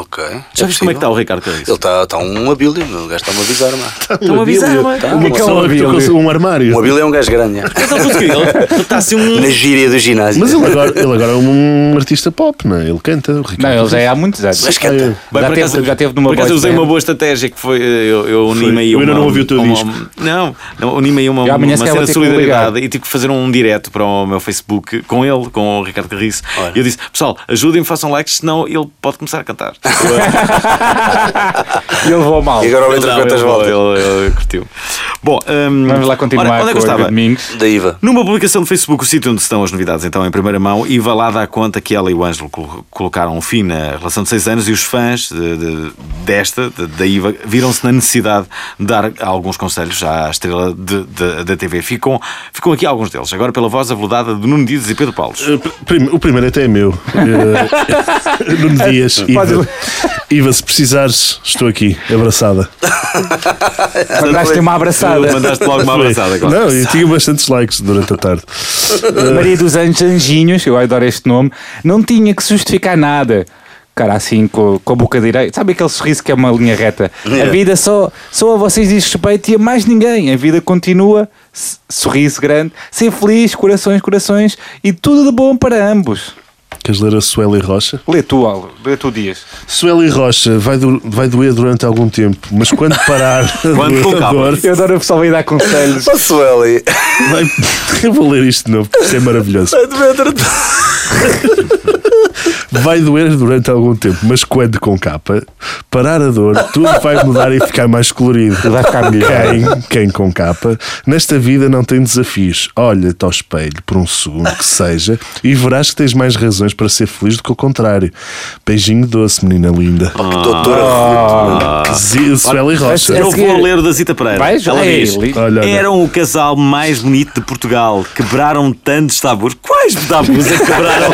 S4: Ok.
S1: Já viste como é que está o Ricardo
S4: Ele
S1: Carriço?
S4: está tá um abílio, meu. o gajo está-me a avisar, mano.
S1: Estão a avisar, não é?
S4: Tá.
S1: Como é
S3: só
S2: um
S3: que tu
S2: abílio?
S3: cons- um armário.
S4: Um abílio é um gajo grande, é.
S1: que ele conseguiu? Ele- Ele está assim um.
S4: Na gíria do ginásio.
S3: Mas ele agora, ele agora é um artista pop, não é? Ele canta. o Ricardo.
S2: Não, ele já é há muitos anos.
S4: Mas canta.
S1: Bem,
S2: Já
S1: por
S2: teve-
S1: acaso-
S2: já teve numa
S1: Por acaso
S2: boy
S1: usei uma
S2: band.
S1: boa estratégia que foi. eh, Eu, eu uni-me aí
S3: Eu ainda
S1: uma-
S3: não ouvi o teu
S1: uma-
S3: disco.
S1: Não, não uni-me aí uma, uma,
S2: Já amanhã se calhar
S1: cena de
S2: vou ter que
S1: solidariedade e tive que fazer um direto para o meu Facebook com ele, com o Ricardo Carriço.
S4: Olha.
S1: E eu disse: pessoal, ajudem-me, façam likes, senão ele pode começar a cantar.
S2: E ele levou mal.
S4: E agora o
S1: ele,
S4: Ventre
S1: não,
S4: quantas
S1: ele-
S4: voltas?
S1: ele- ele curtiu. Bom, hum,
S2: Vamos lá continuar
S1: ora, onde é que eu
S2: com o
S1: estava?
S2: Domingos.
S4: Da IVA.
S1: Numa publicação do Facebook, o sítio onde estão as novidades, então, em primeira mão, e vá lá dar conta que ela e o Ângelo col- colocaram um fim na relação de seis anos e os fãs de- de- desta, de- da Iva, viram-se na necessidade de dar alguns conselhos à estrela de- de- da TV. Ficam, ficam aqui alguns deles, agora pela voz aveludada de Nuno Dias e Pedro Paulos.
S3: Uh, pr- prim- o primeiro até é meu. Uh, Nuno Dias, Iva. Iva, se precisares, estou aqui, abraçada.
S2: Mandaste-lhe uma abraçada.
S1: Mandaste logo uma
S3: Foi.
S1: abraçada, claro.
S3: Não, eu tinha bastantes likes durante a tarde.
S2: Maria dos Anjos Anjinhos, eu adoro este nome, não tinha que se justificar nada. Cara, assim, com, com a boca direita. Sabe aquele sorriso que é uma linha reta? A vida só, só a vocês diz respeito e a mais ninguém. A vida continua, s- sorriso grande, ser feliz, corações, corações e tudo de bom para ambos.
S3: Queres ler a Sueli Rocha?
S2: Lê tu, Aldo. Lê tu, Dias.
S3: Sueli Rocha vai, do- vai doer durante algum tempo, mas quando parar
S1: Quando
S3: a
S1: acaba.
S3: dor,
S2: Eu adoro o pessoal vir dar conselhos.
S4: Ó, Sueli.
S3: vai... Eu vou ler isto de novo, porque isto é maravilhoso. Vai doer durante algum tempo, mas quando com capa, parar a dor, tudo vai mudar e ficar mais colorido.
S2: Vai ficar melhor.
S3: Quem, quem com capa, nesta vida não tem desafios. Olha-te ao espelho, por um segundo que seja, e verás que tens mais razões para ser feliz do que o contrário. Beijinho doce, menina linda.
S4: Doutora
S2: Ah.
S4: Ruth.
S3: Que zi- Sueli Rocha.
S1: Eu
S2: A seguir-
S1: vou ler o da Zita Pereira.
S2: Vais?
S1: Ela
S2: Ei,
S1: diz:
S2: li-
S3: Olha, olha.
S1: Eram o casal mais bonito de Portugal. Quebraram tantos tabus. Quais tabus é que quebraram?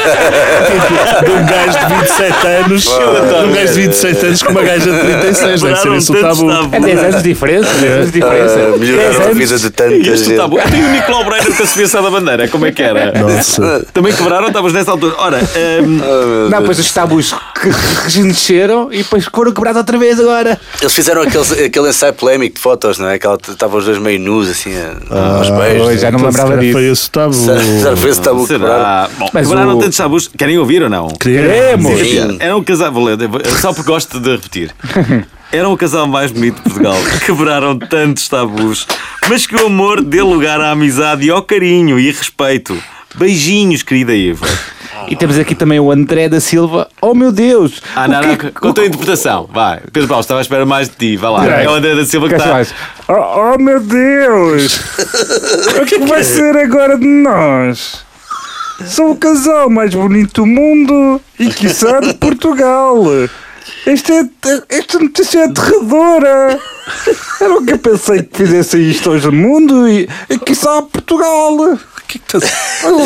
S3: de um gajo de 27 anos, de um gajo de 27 anos com uma gaja de 36, deve ser
S1: Quebraram
S3: esse o
S1: tantos
S3: tabu.
S2: É 10 anos de diferença. 10 anos de diferença.
S4: Ah,
S2: é-
S4: Melhoraram a vida de tanta
S1: E este tá
S4: gente.
S1: tabu. Até o Nicolau Breiner com a subvenção da bandeira. Como é que era?
S3: Nossa.
S1: Também quebraram tabus nessa altura. Ora, hum,
S2: Não, pois os tabus que regeneceram e depois foram quebrados outra vez agora.
S4: Eles fizeram aquele, aquele ensaio polémico de fotos, não é? Que ela t- estavam os dois meio nus, assim, ah, aos
S2: pois,
S4: beijos.
S2: já não me
S3: Então, se
S2: lembrava
S3: calhar
S2: disso.
S3: Foi esse o tabu.
S4: Será que esse tabu quebrado?
S1: será? Bom,
S2: Mas
S1: quebraram
S2: o-
S1: tantos tabus. Querem ouvir ou não?
S2: Queremos!
S4: Sim.
S1: Era um casal. Vou ler, vou- só porque gosto de repetir. Era um casal mais bonito de Portugal. Quebraram tantos tabus, mas que o amor dê lugar à amizade e ao carinho e respeito. Beijinhos, querida Eva.
S2: E temos aqui também o André da Silva. Oh meu Deus!
S1: Ah,
S2: O
S1: não,
S2: que
S1: não,
S2: é que-
S1: com a tua interpretação. Vai, Pedro Paulo, estava à espera mais de ti. Vai lá. É o André da Silva que
S2: Queres
S1: está.
S2: mais? Oh, oh meu Deus! o que é que vai ser agora de nós? Sou o casal mais bonito do mundo e quiçá de Portugal. Este é, esta notícia é aterradora. Eu nunca pensei que fizessem isto hoje no mundo e, e quiçá Portugal.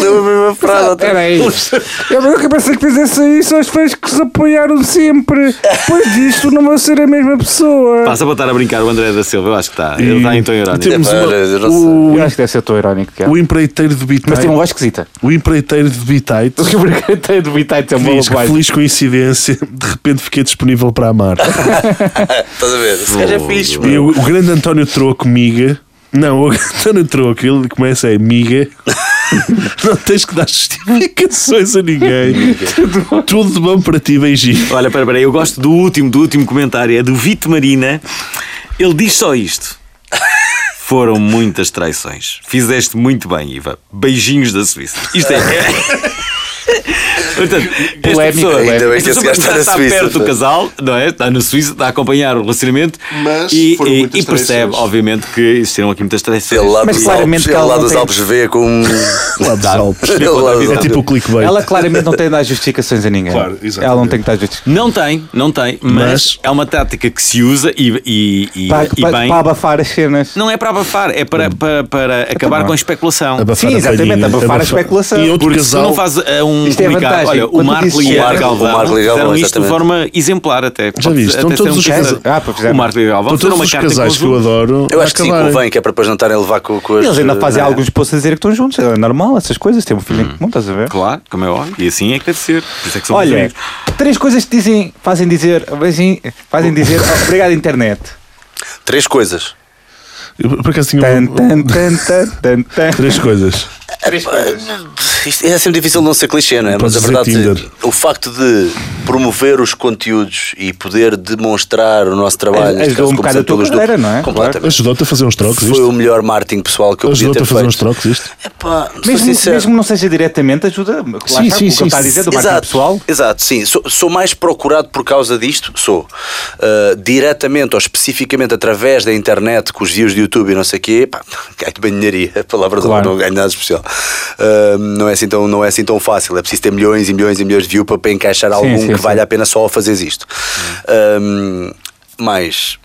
S4: Leu a mesma frase. outra
S2: Peraí. tá- Eu nunca pensei que fizessem isso aos fãs que se apoiaram sempre. Pois disto não vou ser a mesma pessoa.
S1: Passa para estar a brincar o André da Silva, eu acho que está. Ele
S3: E-
S1: está em tom irónico.
S3: Temos
S4: Olha, eu não
S3: uma,
S2: Eu acho que é. deve ser tão irónico,
S3: o, o empreiteiro de
S2: Mas tem um uma
S3: Bitite.
S2: voz esquisita.
S3: O empreiteiro de Bitite.
S2: O lubrificante do Bitite é uma
S3: Diz que
S2: bobagem.
S3: feliz coincidência, de repente fiquei disponível para amar.
S4: Estás a ver? Esse gajo é fixe,
S3: E
S4: meu.
S3: o, o grande António Troco, miga. Não, o António Troco, ele começa a miga. Não tens que dar justificações a ninguém. Tudo de bom para ti, beijinho.
S1: Olha, pera, pera, eu gosto do último, do último comentário, é do Vito Marina. Ele diz só isto. Foram muitas traições. Fizeste muito bem, Iva. Beijinhos da Suíça. Isto é. Portanto, esta
S2: Polémica,
S1: pessoa,
S2: ainda
S4: bem é que
S1: esta
S4: esse
S1: pessoa
S4: gajo está na
S1: está
S4: Suíça,
S1: perto do
S4: tá?
S1: casal, não é? Está na Suíça, está a acompanhar o relacionamento
S6: Mas
S1: e,
S6: foram
S1: e-
S6: muitas
S1: e percebe,
S6: traições.
S1: obviamente, que existiram aqui muitas traições.
S4: Ele lá
S2: Mas
S4: dos
S2: claramente
S4: Alpes,
S2: que
S4: ele
S2: ela
S4: lá
S2: não
S4: dos
S2: tem-
S4: Alpes vê com. um-
S3: Lá dos Alpes.
S4: Ele lá dos
S3: É
S4: Alpes.
S3: tipo o clickbait.
S2: Ela claramente não tem de dar justificações a ninguém.
S3: Claro, exatamente.
S2: Ela não tem que dar justificações.
S1: Não tem, não tem, mas,
S3: Mas-
S1: é uma tática que se usa e, e- e-
S2: Para,
S1: e
S2: para-
S1: bem.
S2: para abafar as cenas.
S1: Não é para abafar, é para, para, para acabar
S2: bom.
S1: com a especulação.
S3: Abafar
S2: Sim,
S3: a
S2: exatamente,
S3: palhinha,
S2: abafar a especulação.
S3: E outro
S1: Porque se tu
S3: casal.
S1: não faz eh, um
S2: Isto é
S1: comunicado,
S2: vantagem.
S1: olha, o
S2: Quando
S1: Marco
S2: dizes
S1: e
S2: que
S1: a
S2: é-
S1: Ana
S4: O
S1: Galvão
S4: Marco e a Galvão,
S1: fizeram isto de
S4: exatamente.
S1: forma exemplar até. Pode
S3: viste,
S1: até
S3: estão
S1: ser
S3: todos
S1: um
S3: os
S1: caso.
S3: casais-
S2: Ah, pois fizeram.
S1: O Marco e a Galvão
S3: Estão
S1: fizeram
S3: todos
S1: uma
S3: os
S1: carta
S3: casais que eu
S1: conjunta.
S3: adoro.
S4: Eu acho que sim,
S3: acabarem.
S4: convém, que é para depois não estarem a levar com, com as.
S2: Eles ainda fazem
S4: não é?
S2: alguns posts a dizer que estão juntos. É normal, essas coisas. Têm um filho em comum, estás a ver?
S1: Claro, como é óbvio. E assim é que deve ser. Por isso é que somos
S2: Olha,
S1: amigos.
S2: três coisas que dizem, fazem dizer, fazem- fazem dizer obrigado internet.
S4: Três coisas.
S3: Eu, Por acaso tinha
S2: Tan,
S3: um-
S2: tan, tan, tan, tan, tan.
S3: três coisas.
S4: Isto é sempre difícil não ser clichê, não é?
S3: Podes
S4: Mas a
S3: dizer
S4: verdade
S3: Tinder.
S4: o facto de promover os conteúdos e poder demonstrar o nosso trabalho. neste
S2: Ajudou
S4: caso,
S2: um
S4: como
S2: bocado a tua
S4: sentadores do-
S2: carreira, não é?
S4: Completamente.
S3: Ajudou-te a fazer uns trocos,
S4: Foi
S3: isto?
S4: o melhor marketing pessoal que eu podia
S3: Ajudou-te
S4: ter
S3: a fazer uns
S4: feito.
S3: trocos, isto?
S4: Epá, sou
S2: Mesmo,
S4: sincero.
S2: mesmo que não seja diretamente, ajuda. Lá está,
S3: sim,
S2: o que ele
S3: sim,
S2: está a dizer do marketing pessoal.
S4: Exato, sim. Sou, sou mais procurado por causa disto, sou. Uh, diretamente ou especificamente através da internet, com os views de YouTube e não sei o quê, pá, ganho banharia, a palavra
S2: Claro.
S4: não, não ganho nada especial. Uh, não, é assim tão, não é assim tão fácil, é preciso ter milhões e milhões e milhões de views para, para encaixar algum
S2: sim, Hum.
S4: que
S2: sim.
S4: valha a pena só fazeres isto. Um, mas,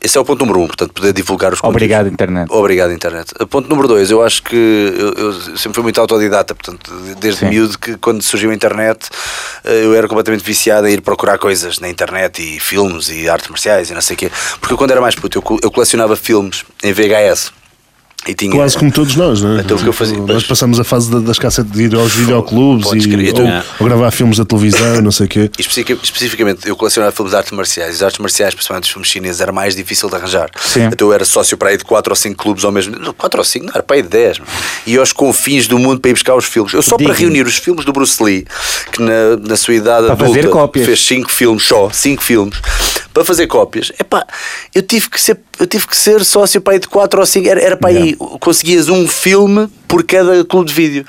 S4: esse é o ponto número um, portanto, poder divulgar os conteúdos.
S2: Obrigado, internet.
S4: Obrigado, internet. Ponto número dois, eu acho que eu, eu sempre fui muito autodidata, portanto, desde
S2: Sim.
S4: miúdo que quando surgiu a internet eh, eu era completamente viciado em ir procurar coisas na internet e filmes e artes marciais e não sei o quê. Porque eu, quando era mais puto, eu, co- eu colecionava filmes em VHS. E tinha,
S3: Quase como todos nós, não é?
S4: Então, o que eu fazia-
S3: Nós passámos a fase da- das cassetes de ir aos videoclubes
S4: Podes
S3: e,
S4: crer.
S3: ou,
S4: É.
S3: ou gravar filmes da televisão, não sei o quê.
S4: E especifica- especificamente, eu colecionava filmes de artes marciais. E As artes marciais, principalmente os filmes chineses, era mais difícil de arranjar.
S2: Sim.
S4: Então eu era sócio para aí de 4 ou 5 clubes ao mesmo tempo. 4 ou 5, não, era para aí de 10. mano. E aos confins do mundo para ir buscar os filmes. Eu só para reunir os filmes do Bruce Lee, que na, na sua idade
S2: Para fazer
S4: adulta
S2: cópias.
S4: fez 5 filmes só, 5 filmes, para fazer cópias. Epá, eu tive que ser, eu tive que ser sócio para aí de 4 ou 5. Era, era para aí, conseguias um filme por cada clube de vídeo.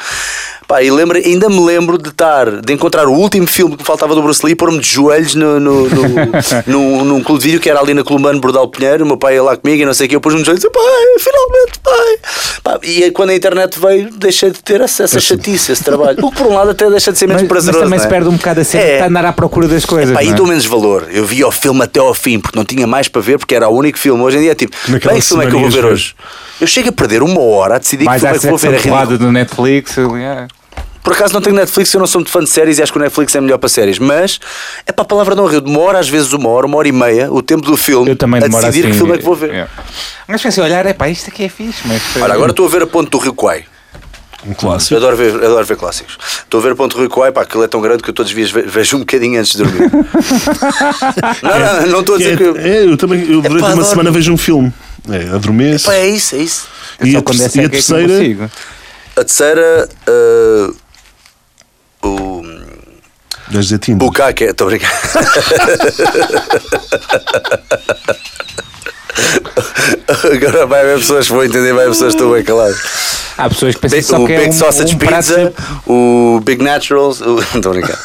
S4: Pá, e lembra, ainda me lembro de estar, de encontrar o último filme que faltava do Bruce Lee e pôr-me de joelhos no, no, no, num, num clube de vídeo que era ali na Columbano Bordal Pinheiro. O meu pai ia lá comigo e não sei o que. Eu pus-me de joelhos e disse, pai, finalmente, pai. Pá, e aí, quando a internet veio, deixei de ter essa, essa chatice, esse trabalho. O que por um lado até deixa de ser menos
S2: Mas, mas
S4: prazeroso.
S2: também se
S4: não é?
S2: perde um bocado a cena
S4: É.
S2: de estar a andar à procura das coisas.
S4: Pá, e
S2: não é?
S4: dou menos valor. Eu vi o filme até ao fim, porque não tinha mais para ver, porque era o único filme. Hoje em dia é tipo, bem,
S3: Naquelas
S4: que filme é que eu vou ver
S3: semaninhas,
S4: hoje? Eu chego a perder uma hora a decidir
S2: Mais
S4: que
S2: à
S4: filme é que vou
S2: secção
S4: ver. É
S2: porrada
S4: ridículo.
S2: do Netflix. é. aliás.
S4: Por acaso não tenho Netflix, eu não sou muito fã de séries e acho que o Netflix é melhor para séries, mas é para a palavra não rio. Demora às vezes uma hora, uma hora e meia, o tempo do filme,
S2: Eu também
S4: a
S2: demoro
S4: decidir
S2: assim.
S4: que filme é que vou ver.
S2: Yeah. Mas se assim, olhar, é pá, isto aqui é fixe. Mas,
S4: Ora, agora estou a ver a Ponte do Rio Quai.
S3: Um clássico.
S4: Eu adoro ver, eu adoro ver clássicos. Estou a ver a Ponte do Rio Quai, pá, aquilo é tão grande que eu todos os dias ve- vejo um bocadinho antes de dormir. não, Ah, não, não estou a dizer que. eu-
S3: É, é, eu também, eu durante uma
S4: adoro.
S3: semana vejo um filme. É, adormeço.
S4: Pá, é isso, é isso.
S3: e
S2: Só
S3: a,
S2: quando é
S3: ter- e
S2: cego
S3: a
S2: é que não
S3: terceira.
S2: consigo.
S4: A terceira, eh, o
S3: Dez de Tinder.
S4: Bukake, estou a brincar. Agora vai haver pessoas que vão entender, vai haver pessoas que estão bem caladas.
S2: Há pessoas que pensam
S4: Tem-
S2: só
S4: o
S2: que
S4: Big
S2: é um,
S4: Sausage
S2: um prato
S4: Pizza,
S2: sempre-
S4: o Big Naturals, o... estou a brincar.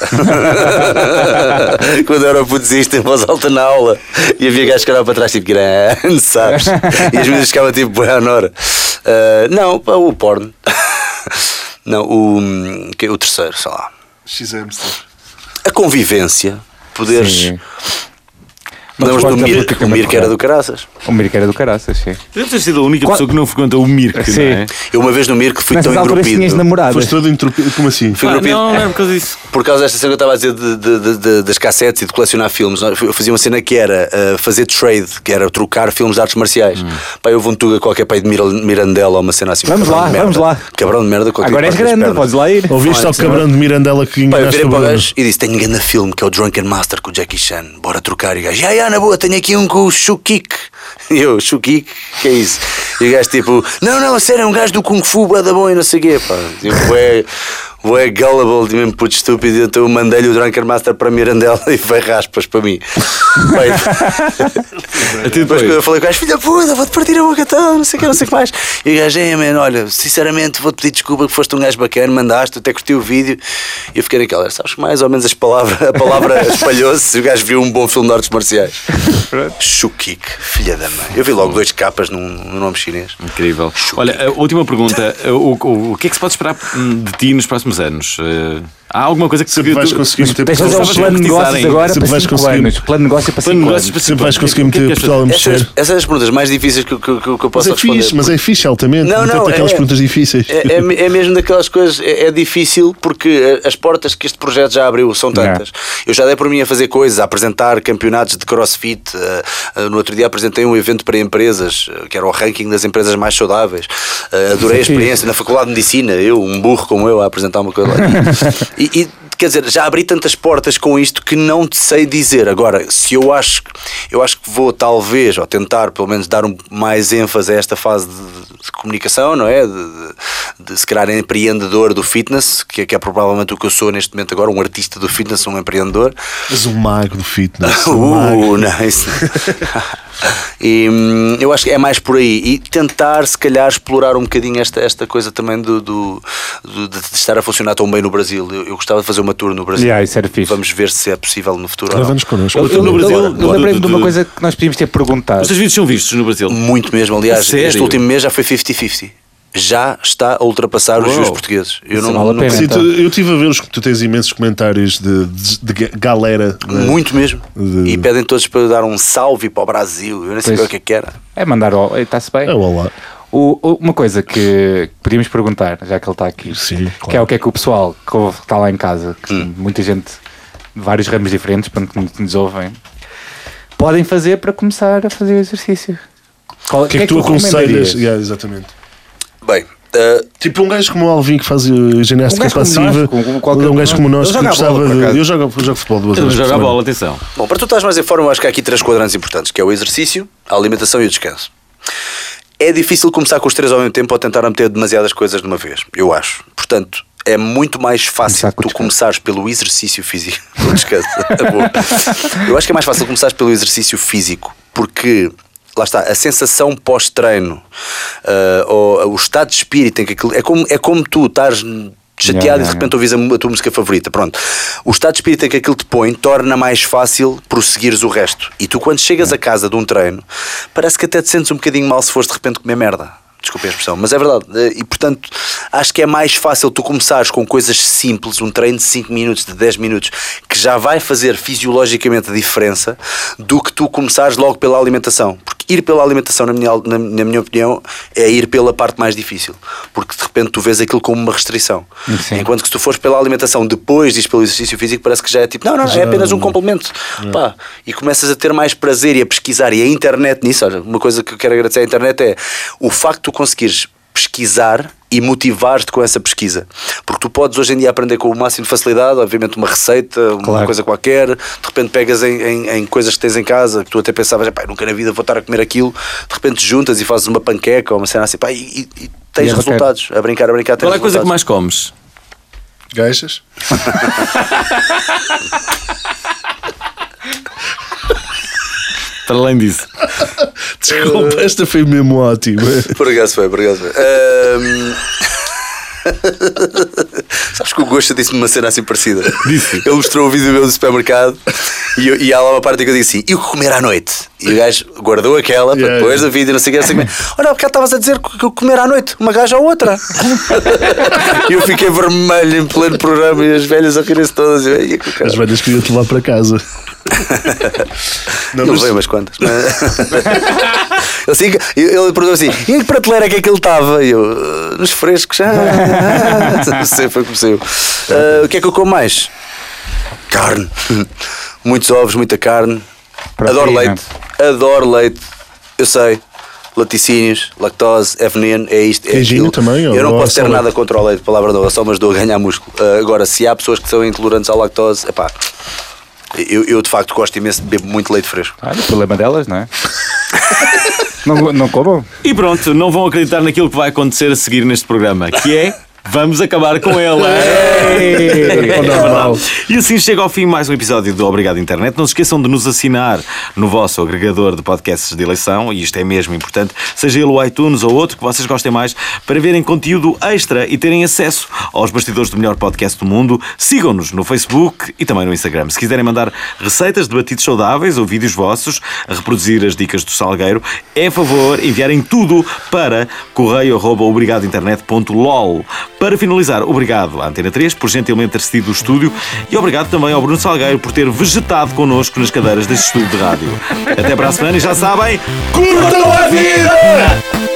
S4: Quando eu era budista em voz alta na aula e havia gajos que olhavam para trás tipo grande, sabes? E as meninas ficavam tipo boa na hora. Ah, não, pá, o porno. Não, o, hum, que- é o terceiro, sei lá.
S3: X-Hamster.
S4: A convivência, poderes.
S2: Sim.
S4: Lembras do
S2: conta
S4: Mir, o
S2: politicamente
S4: Mir que era
S2: correto.
S4: do Caraças.
S2: O Mirko era do caraças, sim.
S1: Deve ter sido a única
S2: Qual-
S1: pessoa que não frequenta o Mirk,
S2: Sim.
S1: não é?
S4: Eu uma vez no Mir que fui
S2: Nessas
S4: tão
S2: alturas
S4: entropido.
S2: tinhas namorado.
S3: Foste todo entropido. Como assim?
S4: Fui entropido.
S1: é por causa disso.
S4: Por causa desta cena que eu estava a dizer de- de- de- de- das cassetes e de colecionar filmes, nós- eu fazia uma cena que era uh, fazer trade, que era trocar filmes de artes marciais. Pai, eu vou um tuga qualquer pai de Mira- Mirandela ou uma cena assim.
S2: Hum. Vamos
S4: cabrão
S2: lá,
S4: de merda.
S2: vamos lá.
S4: Cabrão de merda. com aquele
S2: Agora és
S4: par das
S2: grande,
S4: pernas.
S2: podes lá ir.
S3: Ouviste ao cabrão de Mirandela que
S4: Pá, eu
S3: enganaste
S4: virei
S3: o
S4: para o
S3: Bruno?
S4: gajo e disse: Tenho um grande filme que é o Drunken Master com o Jackie Chan. Bora trocar. E o gajo: Ya, ya, na boa, tenho aqui um com o Shukik. E eu: Shukik? Que é isso? E o gajo tipo: Não, não, a sério, é um gajo do Kung Fu, brada bom e não sei o quê. Pá. Tipo, é. Ué, gullible de mesmo puto estúpido, então eu mandei-lhe o Drunken Master para Mirandela e foi raspas para mim. Bem,
S1: Até depois.
S4: depois que Tipo, eu falei com o gajo, filha puta, vou-te partir a boca toda, não sei o que, não sei o que mais. E o gajo, é, man, olha, sinceramente vou-te pedir desculpa que foste um gajo bacana, mandaste, até curti o vídeo. E eu fiquei naquela, sabes que mais ou menos as palavras, a palavra espalhou-se e o gajo viu um bom filme de artes marciais. Shukik, filha da mãe. Eu vi
S3: Hum.
S4: logo dois capas num, num nome chinês.
S1: Incrível. Olha, a última pergunta. O, o- o que é que se pode esperar hum, de ti nos próximos anos? Eh, Há alguma coisa que
S3: Sempre
S1: tu-
S3: vais
S1: tu-
S3: conseguir meter
S2: Tens de
S1: Só
S2: fazer
S1: para
S2: um plano de negócios
S1: concretizarem.
S2: agora
S3: Sempre
S2: para
S3: vais
S2: 5
S3: conseguir-
S2: anos. Plano de negócio para
S1: Plano de
S2: 5
S1: negócios
S2: anos.
S1: para
S3: Sempre
S1: cinco
S3: vais
S1: anos.
S3: conseguir
S1: O que é que
S3: meter
S1: queres
S3: Portugal a
S4: Essas,
S3: mexer.
S4: essas são as é perguntas mais difíceis que, que, que, que eu
S3: Mas
S4: posso
S3: é
S4: responder.
S3: fixe, mas é fixe altamente.
S4: Não,
S3: Não,
S4: não,
S3: não, aquelas
S4: é-
S3: perguntas difíceis. Tipo,
S4: É, é- é mesmo daquelas coisas, é, é difícil porque eh, as portas que este projeto já abriu são tantas. Eu já dei por mim a fazer coisas, a apresentar campeonatos de crossfit. eh, eh, no outro dia apresentei um evento para empresas, eh, que era o ranking das empresas mais saudáveis. Eh, adorei a experiência na Faculdade de Medicina, eu, um burro como eu, a apresentar uma coisa lá. E- e, quer dizer, já abri tantas portas com isto que não te sei dizer. Agora, se eu acho, eu acho que vou talvez, ou tentar pelo menos dar um, mais ênfase a esta fase de, de comunicação, não é? De, de, de se calhar empreendedor do fitness, que, é- que é provavelmente o que eu sou neste momento agora, um artista do fitness, um empreendedor.
S3: Mas um mago do fitness. um mago.
S4: Uh, não, isso não. e hum, eu acho que é mais por aí. E tentar, se calhar, explorar um bocadinho esta, esta coisa também do, do- do- de estar a funcionar tão bem no Brasil. Eu, eu gostava de fazer uma tour no Brasil.
S2: Yeah, isso era fixe.
S4: Vamos ver se é possível no futuro. ou não.
S3: Leva-nos connosco.
S1: Eu- eu- no Brasil-
S2: Eu- Eu
S1: do-
S2: lembrei-me
S1: do-
S2: de uma
S1: do-
S2: coisa que nós podíamos ter perguntado.
S1: Os teus vídeos são vistos no Brasil.
S3: Hum,
S4: Muito mesmo, aliás,
S1: Sério?
S4: este último mês já foi 50-50. Já está a ultrapassar os
S1: Uau.
S4: juros portugueses. Eu
S2: Isso
S4: não,
S2: vale a
S4: não-
S2: pena.
S3: Sim,
S2: Então.
S3: tu- eu estive a ver os que tu tens imensos comentários de, de- de ga- galera. né?
S4: Muito mesmo.
S3: De-
S4: E pedem todos para eu dar um salve para o Brasil. Eu nem sei
S2: Pois.
S4: o que é que era.
S2: É mandar o. Está-se bem?
S3: É o olá.
S2: O- o- uma coisa que podíamos perguntar, já que ele está aqui,
S3: Sim,
S2: que é
S3: claro.
S2: o que é que o pessoal que ouve, que está lá em casa, que muita gente de vários ramos diferentes, pronto, que nos- nos ouvem, podem fazer para começar a fazer exercício. Qual-
S3: é
S2: é
S3: O que é que tu aconselhas? Yeah, exatamente.
S4: Bem, ah,
S3: Tipo um gajo como o Alvin que faz eh, ginástica
S2: Um gajo como
S3: passiva.
S2: nós, como qualquer
S3: um
S2: um.
S3: gajo como nós
S1: Eu
S3: que
S1: jogo à bola,
S3: gostava
S1: por
S3: de.
S1: acaso.
S3: Eu jogo, eu jogo futebol
S1: Temos
S3: duas vezes.
S1: de
S3: por
S1: jogar a
S3: semana.
S1: bola, atenção.
S4: Bom, para tu estás mais em forma, eu acho que há aqui três quadrantes importantes, que é o exercício, a alimentação e o descanso. É difícil começar com os três ao mesmo tempo ou tentar não meter demasiadas coisas de uma vez, eu acho. Portanto, é muito mais fácil
S2: Começar com o
S4: tu
S2: descanso.
S4: começares pelo exercício físico. O descanso. Tá bom. eu acho que é mais fácil começares pelo exercício físico, porque lá está, a sensação pós-treino, ah, ou o estado de espírito em que aquilo. É como, é como tu estás chateado
S2: Yeah,
S4: e de
S2: yeah,
S4: repente tu ouvis a, mu- a tua música favorita, pronto. O estado de espírito em que aquilo te põe torna mais fácil prosseguires o resto. E tu, quando chegas a casa de um treino, parece que até te sentes um bocadinho mal se fores de repente comer merda. Desculpem a expressão, mas é verdade. Eh, E portanto, acho que é mais fácil tu começares com coisas simples, um treino de 5 minutos, de 10 minutos, que já vai fazer fisiologicamente a diferença, do que tu começares logo pela alimentação. Porque ir pela alimentação, na minha, al- na, na minha opinião, é ir pela parte mais difícil. Porque de repente tu vês aquilo como uma restrição.
S2: Sim.
S4: Enquanto que se tu fores pela alimentação depois diz pelo exercício físico, parece que já é tipo, não, não, é apenas um complemento. Pá, e começas a ter mais prazer e a pesquisar. E a internet nisso, olha, uma coisa que eu quero agradecer à internet é o facto de tu conseguires pesquisar e motivar-te com essa pesquisa. Porque tu podes hoje em dia aprender com o máximo de facilidade, obviamente uma receita, uma
S2: Claro.
S4: coisa qualquer, de repente pegas em, em- em coisas que tens em casa, que tu até pensavas, "Epá, nunca na vida vou estar a comer aquilo, de repente juntas e fazes uma panqueca ou uma cena assim, pá, e, e- e tens
S2: E é bacana.
S4: resultados. A brincar, a brincar, tens
S6: Qual é a coisa que
S4: resultados.
S6: mais comes?
S5: Gajas?
S1: Para além disso.
S3: Desculpa, Eh, esta foi mesmo ótima.
S4: Por acaso foi, por acaso foi. Ahm, Sabes que o Gosta disse-me uma cena assim parecida. Disse. Ele mostrou o vídeo meu do supermercado e, eu- e há lá uma parte em que eu disse assim: e o que comer à noite? E o gajo guardou aquela para
S3: Yeah.
S4: depois do vídeo, não sei o que, não sei o que. Olha, porque estavas a dizer que que comer à noite, uma gaja ou outra. e eu fiquei vermelho em pleno programa e as velhas a rirem-se todas. E eu, "Ei, que
S3: As
S4: caralho."
S3: velhas queriam-te levar para casa. Não,
S4: Ele
S3: mas-
S4: veio umas quantas. mas- ele, assim, ele ele perguntou assim: e em que prateleira é que é que ele estava? E eu, "Ah, nos frescos. Ah, ah." Sempre foi como saiu. Ah, o que é que eu como mais? Carne. Muitos ovos, muita carne.
S2: Proteína.
S4: Adoro leite. Adoro leite. Eu sei. Laticínios, lactose, é veneno, é isto. É
S3: Queijinho
S4: aquilo.
S3: também, ou-
S4: Eu não
S3: ou é
S4: posso
S3: só
S4: ter
S3: leite?
S4: nada contra o leite, palavra de honra, só mas dou a ganhar músculo. Ah, agora, se há pessoas que são intolerantes à lactose, epá, eu, eu de facto gosto imenso de beber muito leite fresco.
S2: Olha, o problema delas, não é? não, não comam?
S1: E pronto, não vão acreditar naquilo que vai acontecer a seguir neste programa, que é vamos acabar com ela.
S3: Ou não, mal.
S1: É E assim chega ao fim mais um episódio do Obrigado Internet. Não se esqueçam de nos assinar no vosso agregador de podcasts de eleição, e isto é mesmo importante, seja ele o iTunes ou outro que vocês gostem mais, para verem conteúdo extra e terem acesso aos bastidores do melhor podcast do mundo. Sigam-nos no Facebook e também no Instagram. Se quiserem mandar receitas de batidos saudáveis ou vídeos vossos a reproduzir as dicas do Salgueiro, é favor enviarem tudo para correio.obrigadointernet.lol. Para finalizar, obrigado à Antena 3 por gentilmente ter cedido o estúdio e obrigado também ao Bruno Salgueiro por ter vegetado connosco nas cadeiras deste estúdio de rádio. Até para a semana e já sabem, curtam a vida!